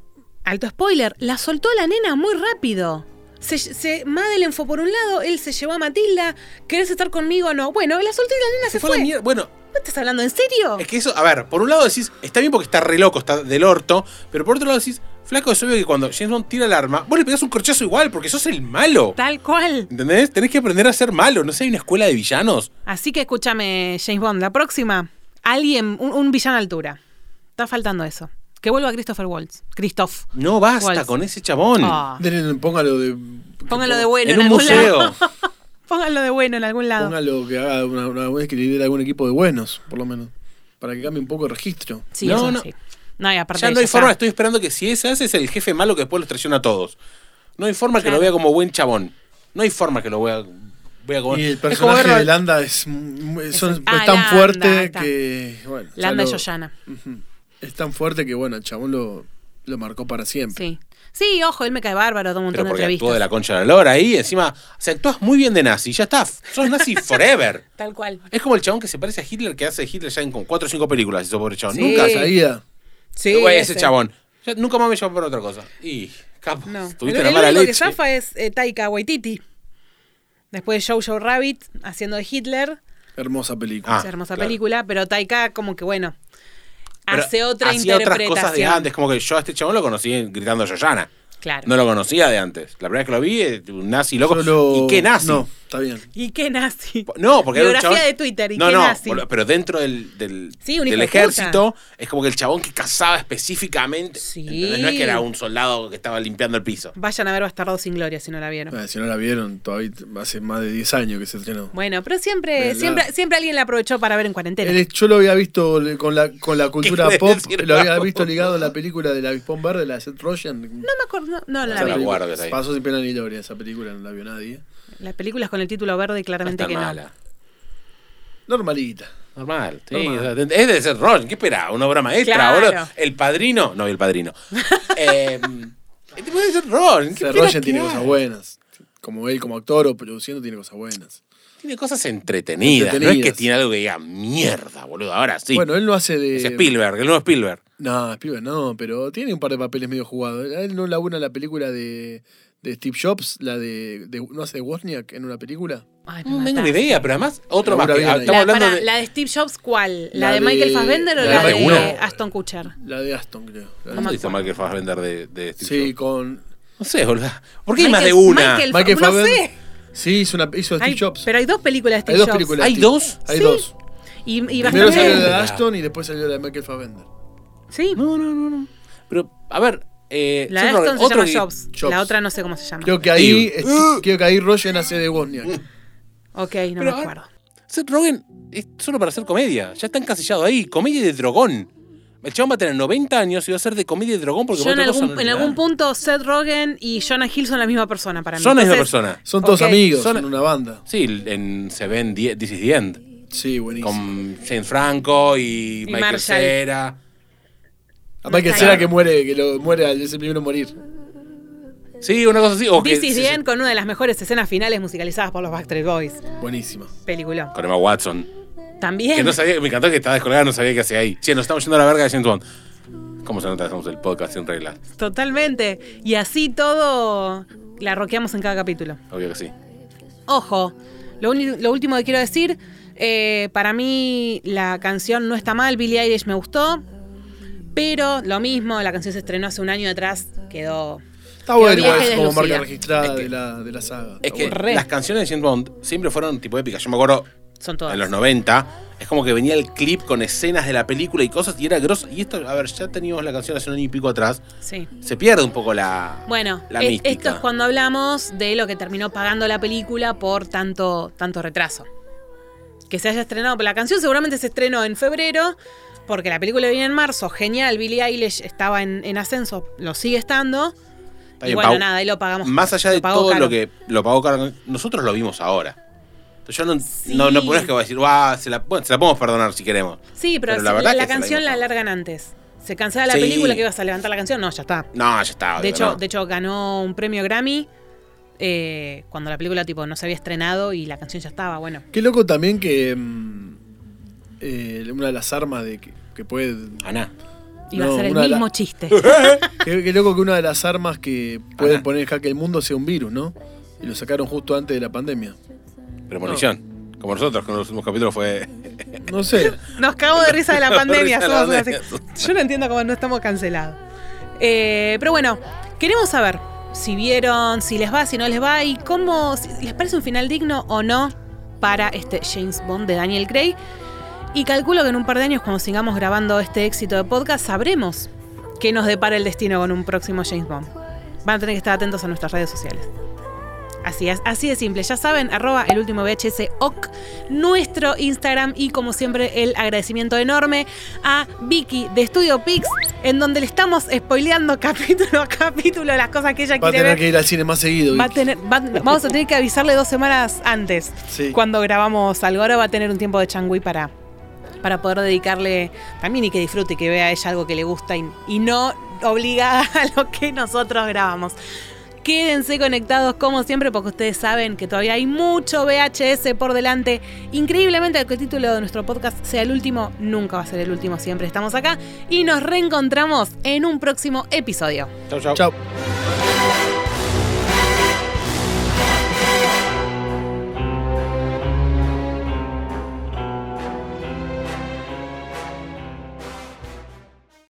Speaker 1: Alto spoiler, la soltó la nena muy rápido. Se, se, Madeleine fue por un lado, él se llevó a Matilda. ¿Querés estar conmigo o no? Bueno, la soltó y la nena se,
Speaker 4: a
Speaker 1: fue.
Speaker 4: la mierda. Bueno,
Speaker 1: ¿No estás hablando en serio?
Speaker 4: es que eso, a ver, por un lado decís, está bien porque está re loco, está del orto. Pero por otro lado decís, flaco, es obvio que cuando James Bond tira el arma, vos le pegás un corchazo igual porque sos el malo.
Speaker 1: Tal cual.
Speaker 4: ¿Entendés? Tenés que aprender a ser malo. No sé, hay una escuela de villanos.
Speaker 1: Así que escúchame, James Bond, la próxima, alguien, un, un villano a altura. Está faltando eso. Que vuelva Christopher Waltz. Christoph.
Speaker 4: No basta
Speaker 1: Waltz.
Speaker 4: con ese chabón.
Speaker 1: Ah.
Speaker 5: Denle- póngalo de.
Speaker 1: Póngalo de bueno
Speaker 4: en
Speaker 1: en,
Speaker 4: un
Speaker 1: algún
Speaker 4: museo.
Speaker 1: lado. Póngalo de bueno en algún lado.
Speaker 5: Póngalo que haga una, una vez que lidere algún equipo de buenos, por lo menos. Para que cambie un poco el registro.
Speaker 1: Sí,
Speaker 4: No,
Speaker 1: eso
Speaker 4: no.
Speaker 1: sí. No, y aparte
Speaker 4: Ya no
Speaker 1: de
Speaker 4: hay
Speaker 1: eso,
Speaker 4: forma,
Speaker 1: ya-
Speaker 4: estoy esperando que si ese hace es el jefe malo que después los traiciona a todos. No hay forma que
Speaker 1: Claro.
Speaker 4: lo vea como buen chabón. No hay forma que lo vea, vea como...
Speaker 5: Y el
Speaker 4: Es como
Speaker 5: personaje
Speaker 4: verlo-
Speaker 5: de Landa es, mm, es- son-
Speaker 1: Ah,
Speaker 5: es tan
Speaker 1: Landa,
Speaker 5: fuerte
Speaker 1: está.
Speaker 5: que. Bueno, ya
Speaker 1: Landa
Speaker 5: lo-
Speaker 1: Yoyana.
Speaker 5: Ujú. Es tan fuerte que, bueno, el chabón lo, lo marcó para siempre.
Speaker 1: Sí. Sí, ojo, él me cae bárbaro, da un montón
Speaker 4: Pero
Speaker 1: de
Speaker 4: porque actúa
Speaker 1: entrevistas.
Speaker 4: de la concha de la lora ahí, encima, o sea, actúas muy bien de nazi, ya está, sos nazi forever.
Speaker 1: Tal cual.
Speaker 4: Es como el chabón que se parece a Hitler, que hace Hitler ya en como cuatro o cinco películas, ese pobre chabón.
Speaker 1: Sí.
Speaker 4: Nunca se
Speaker 5: Casaída.
Speaker 1: Sí,
Speaker 4: Güey, ese chabón. Ya nunca más me llamó por otra cosa. Y, capo,
Speaker 1: No. El,
Speaker 4: tuviste una
Speaker 1: el
Speaker 4: mala
Speaker 1: único
Speaker 4: leche.
Speaker 1: que zafa es eh, Taika Waititi. Después de Jojo Rabbit haciendo de Hitler,
Speaker 5: Hermosa película.
Speaker 4: Ah,
Speaker 1: esa hermosa
Speaker 4: claro.
Speaker 1: película, pero Taika como que bueno,
Speaker 4: Pero
Speaker 1: hace otra
Speaker 4: hacía
Speaker 1: interpretación.
Speaker 4: otras cosas de antes, como que yo a este chabón lo conocí gritando Yoyana.
Speaker 1: Claro.
Speaker 4: No lo conocía de antes. La primera vez que lo vi, eh, un nazi loco.
Speaker 5: Solo-
Speaker 4: ¿Y qué nazi?
Speaker 5: No, está bien.
Speaker 1: ¿Y qué nazi?
Speaker 4: No, porque era un
Speaker 1: Biografía
Speaker 4: chabón-
Speaker 1: de Twitter, ¿y
Speaker 4: no,
Speaker 1: qué
Speaker 4: no,
Speaker 1: nazi?
Speaker 4: boludo, pero dentro del, del,
Speaker 1: Sí, un
Speaker 4: del
Speaker 1: hijo de
Speaker 4: ejército es como que el chabón que cazaba específicamente.
Speaker 1: Sí.
Speaker 4: ¿entendés? No es que era un soldado que estaba limpiando el piso.
Speaker 1: Vayan a ver Bastardo sin Gloria si no la vieron.
Speaker 5: Ah, si no la vieron, todavía t- hace más de 10 años que se estrenó.
Speaker 1: Bueno, pero siempre,
Speaker 5: Vela.
Speaker 1: siempre, siempre alguien la aprovechó para ver en cuarentena.
Speaker 5: Él es- Eh, yo lo había visto le- con la, con la cultura
Speaker 4: querés
Speaker 5: pop,
Speaker 4: decir,
Speaker 5: lo había
Speaker 4: Gabo?
Speaker 5: visto ligado a la película del avispón verde, la de Seth Rogen. No,
Speaker 1: No me acuerdo, no, no la
Speaker 4: Esa la
Speaker 1: vi.
Speaker 4: guardo que está ahí.
Speaker 5: Pasó sin pena ni gloria esa película, no la vio nadie.
Speaker 1: Las películas con el título verde
Speaker 4: No es
Speaker 1: claramente
Speaker 4: tan
Speaker 1: que no.
Speaker 4: mala.
Speaker 5: Normalita.
Speaker 4: Normal, sí.
Speaker 5: Normal.
Speaker 4: o sea, es de ser Rogen, ¿qué esperaba? ¿Una obra maestra?
Speaker 1: Claro.
Speaker 4: boludo? ¿El padrino? No, el padrino. eh, este puede ser Rogen. ¿qué
Speaker 5: Seth
Speaker 4: esperas
Speaker 5: Rogen tiene
Speaker 4: que
Speaker 5: cosas
Speaker 4: haga?
Speaker 5: buenas. Como él, como actor o produciendo, tiene cosas buenas.
Speaker 4: Tiene cosas entretenidas. No es que
Speaker 5: Entretenidas.
Speaker 4: tiene algo que diga mierda, boludo. Ahora sí.
Speaker 5: Bueno, él eh, no hace de.
Speaker 4: es Spielberg, el nuevo Spielberg.
Speaker 5: No, Spielberg no, pero tiene un par de papeles medio jugados. A Él no labura en la película de, de Steve Jobs, la de, de- ¿No hace de Wozniak en una película?
Speaker 1: Ay, me
Speaker 4: No tengo
Speaker 1: mataste.
Speaker 4: idea, pero además, otro más.
Speaker 5: Labura
Speaker 4: que-
Speaker 5: bien ahí.
Speaker 4: estamos
Speaker 1: La,
Speaker 4: hablando
Speaker 1: pará,
Speaker 4: de.
Speaker 1: la de Steve Jobs, ¿cuál? ¿La,
Speaker 5: La
Speaker 1: de, Michael
Speaker 5: de-
Speaker 1: Fassbender o
Speaker 5: la
Speaker 1: la,
Speaker 5: de
Speaker 1: de,
Speaker 4: Michael Fassbender.
Speaker 1: Aston Kutcher?
Speaker 5: La de Aston, creo. La de-
Speaker 4: ¿Cómo dice Michael Fassbender de, de Steve
Speaker 5: sí,
Speaker 4: Jobs?
Speaker 5: con.
Speaker 4: No sé, boludo. ¿Por qué hay
Speaker 1: Michael-
Speaker 4: más de una?
Speaker 1: Michael-
Speaker 5: Michael
Speaker 1: No
Speaker 5: Fassbender.
Speaker 1: sé.
Speaker 5: Sí, hizo, una, hizo Steve
Speaker 1: Hay-
Speaker 5: Jobs.
Speaker 1: pero hay dos películas de Steve
Speaker 5: hay dos
Speaker 1: Jobs.
Speaker 5: películas. de
Speaker 4: ¿Hay
Speaker 5: Steve-
Speaker 4: dos?
Speaker 5: Hay
Speaker 1: Sí.
Speaker 5: dos.
Speaker 1: Y, y
Speaker 5: Primero
Speaker 1: bastante.
Speaker 5: salió la de
Speaker 4: bien.
Speaker 5: Ashton y después salió la de Michael Fassbender.
Speaker 1: Sí,
Speaker 4: No, no, no, no. Pero, a ver. Eh,
Speaker 1: la de
Speaker 4: Seth Rogen,
Speaker 1: Aston se
Speaker 4: otro
Speaker 1: llama
Speaker 4: que-
Speaker 1: Jobs.
Speaker 5: Jobs.
Speaker 1: La otra no sé cómo se llama.
Speaker 5: Creo que ahí,
Speaker 4: Sí.
Speaker 5: este, creo que ahí Rogen hace de Wozniak.
Speaker 1: Ok, no
Speaker 4: Pero,
Speaker 1: me acuerdo.
Speaker 4: Seth Rogen es solo para hacer comedia. Ya está encasillado ahí. Comedia de drogón. El chabón va a tener 90 años y va a ser de comedia y dragón porque
Speaker 1: Yo en
Speaker 4: otra cosa
Speaker 1: algún,
Speaker 4: no
Speaker 1: en
Speaker 4: le da.
Speaker 1: algún punto Seth Rogen y Jonah Hill son la misma persona para mí.
Speaker 4: Son la misma
Speaker 1: Entonces,
Speaker 4: persona.
Speaker 5: Son todos
Speaker 1: Ok.
Speaker 5: amigos,
Speaker 4: Son-
Speaker 5: son una banda.
Speaker 4: Sí, en, se ven Die- This is the End.
Speaker 5: Sí, buenísimo.
Speaker 4: Con James Franco y, Michael
Speaker 1: Marshall.
Speaker 4: Cera.
Speaker 5: A Michael Cera que muere, que lo muere, al- es el primero en morir.
Speaker 4: Sí, una cosa así. O que
Speaker 1: This is
Speaker 4: se-
Speaker 1: the End con una de las mejores escenas finales musicalizadas por los Backstreet Boys.
Speaker 5: Buenísimo.
Speaker 1: Película.
Speaker 4: Con Emma Watson. Que
Speaker 1: También.
Speaker 4: no sabía, me encantó que estaba descolgada, no sabía qué hacía ahí. Che, nos estamos yendo a la verga de James Bond. ¿Cómo se nota que hacemos el podcast sin reglas?
Speaker 1: Totalmente. Y así todo la roqueamos en cada capítulo.
Speaker 4: Obvio que sí.
Speaker 1: Ojo, lo, uni- lo último que quiero decir, eh, para mí la canción no está mal, Billie Eilish me gustó, pero lo mismo, la canción se estrenó hace un año atrás, quedó...
Speaker 5: Está bueno, igual,
Speaker 1: viaje
Speaker 5: es como
Speaker 1: deslucida.
Speaker 5: marca registrada
Speaker 4: Es que-
Speaker 5: de, la, de la saga.
Speaker 4: Es
Speaker 5: Está
Speaker 4: que
Speaker 5: bueno.
Speaker 1: Re.
Speaker 4: las canciones de James Bond siempre fueron tipo épicas. Yo me acuerdo
Speaker 1: Son todas.
Speaker 4: en los 90, es como que venía el clip con escenas de la película y cosas y era grosso. Y esto, a ver, ya teníamos la canción hace un año y pico atrás.
Speaker 1: Sí.
Speaker 4: Se pierde un poco la,
Speaker 1: Bueno,
Speaker 4: la
Speaker 1: e-
Speaker 4: mística.
Speaker 1: esto es cuando hablamos de lo que terminó pagando la película por tanto, tanto retraso. Que se haya estrenado, pero la canción seguramente se estrenó en febrero, porque la película viene en marzo, genial, Billie Eilish estaba en, en ascenso, lo sigue estando.
Speaker 4: Está
Speaker 1: Y
Speaker 4: bien,
Speaker 1: bueno,
Speaker 4: Pau.
Speaker 1: nada, ahí lo pagamos.
Speaker 4: Más allá
Speaker 1: lo
Speaker 4: de
Speaker 1: pagó
Speaker 4: todo
Speaker 1: caro.
Speaker 4: lo que lo pagó caro, nosotros lo vimos ahora. Entonces yo no, no, no, no es que voy a decir, "Buah, se la, bueno, se la podemos perdonar si queremos.
Speaker 1: Sí, pero,
Speaker 4: Pero
Speaker 1: la,
Speaker 4: la
Speaker 1: la
Speaker 4: verdad que se la
Speaker 1: canción la
Speaker 4: dibujamos.
Speaker 1: largan antes. Se cansaba la
Speaker 4: Sí. Ah,
Speaker 1: película que ibas a levantar la canción. No, ya está.
Speaker 4: No, ya está.
Speaker 1: De
Speaker 4: obvio,
Speaker 1: hecho,
Speaker 4: no.
Speaker 1: de hecho ganó un premio Grammy eh, cuando la película tipo no se había estrenado y la canción ya estaba. Bueno,
Speaker 5: Qué loco también que mm, eh, una de las armas de que, que puede.
Speaker 4: Ana.
Speaker 1: iba
Speaker 5: No,
Speaker 1: a ser el
Speaker 5: una de la-
Speaker 1: mismo chiste.
Speaker 5: Qué, qué loco que una de las armas que pueden
Speaker 4: Ajá.
Speaker 5: poner en jaque el mundo sea un virus, ¿no? Y lo sacaron justo antes de la pandemia.
Speaker 4: Premonición. Como nosotros, con los últimos capítulos fue.
Speaker 5: No sé.
Speaker 1: Nos cago de risa de la pandemia.
Speaker 4: Risa de la
Speaker 1: somos
Speaker 4: pandemia.
Speaker 1: así. Yo no entiendo cómo no estamos cancelados. Eh, pero bueno, queremos saber si vieron, si les va, si no les va y cómo, si les parece un final digno o no para este James Bond de Daniel Craig. Y calculo que en un par de años, cuando sigamos grabando este éxito de podcast, sabremos qué nos depara el destino con un próximo James Bond. Van a tener que estar atentos a nuestras redes sociales. Así es, así de simple. Ya saben, arroba el último VHS OC, nuestro Instagram y como siempre el agradecimiento enorme a Vicky de Studio Pix, en donde le estamos spoileando capítulo a capítulo las cosas que ella
Speaker 5: Va a
Speaker 1: quiere
Speaker 5: tener
Speaker 1: ver.
Speaker 5: que ir al cine más seguido.
Speaker 1: Va a
Speaker 5: Vicky.
Speaker 1: tener- va- vamos a tener que avisarle dos semanas antes
Speaker 5: Sí.
Speaker 1: cuando grabamos algo. Ahora va a tener un tiempo de changui para, para poder dedicarle también y que disfrute y que vea ella algo que le gusta y, y no obligada a lo que nosotros grabamos. Quédense conectados como siempre porque ustedes saben que todavía hay mucho VHS por delante. Increíblemente, aunque el título de nuestro podcast sea el último, nunca va a ser el último, siempre estamos acá y nos reencontramos en un próximo episodio.
Speaker 4: Chau, chau.
Speaker 5: Chao.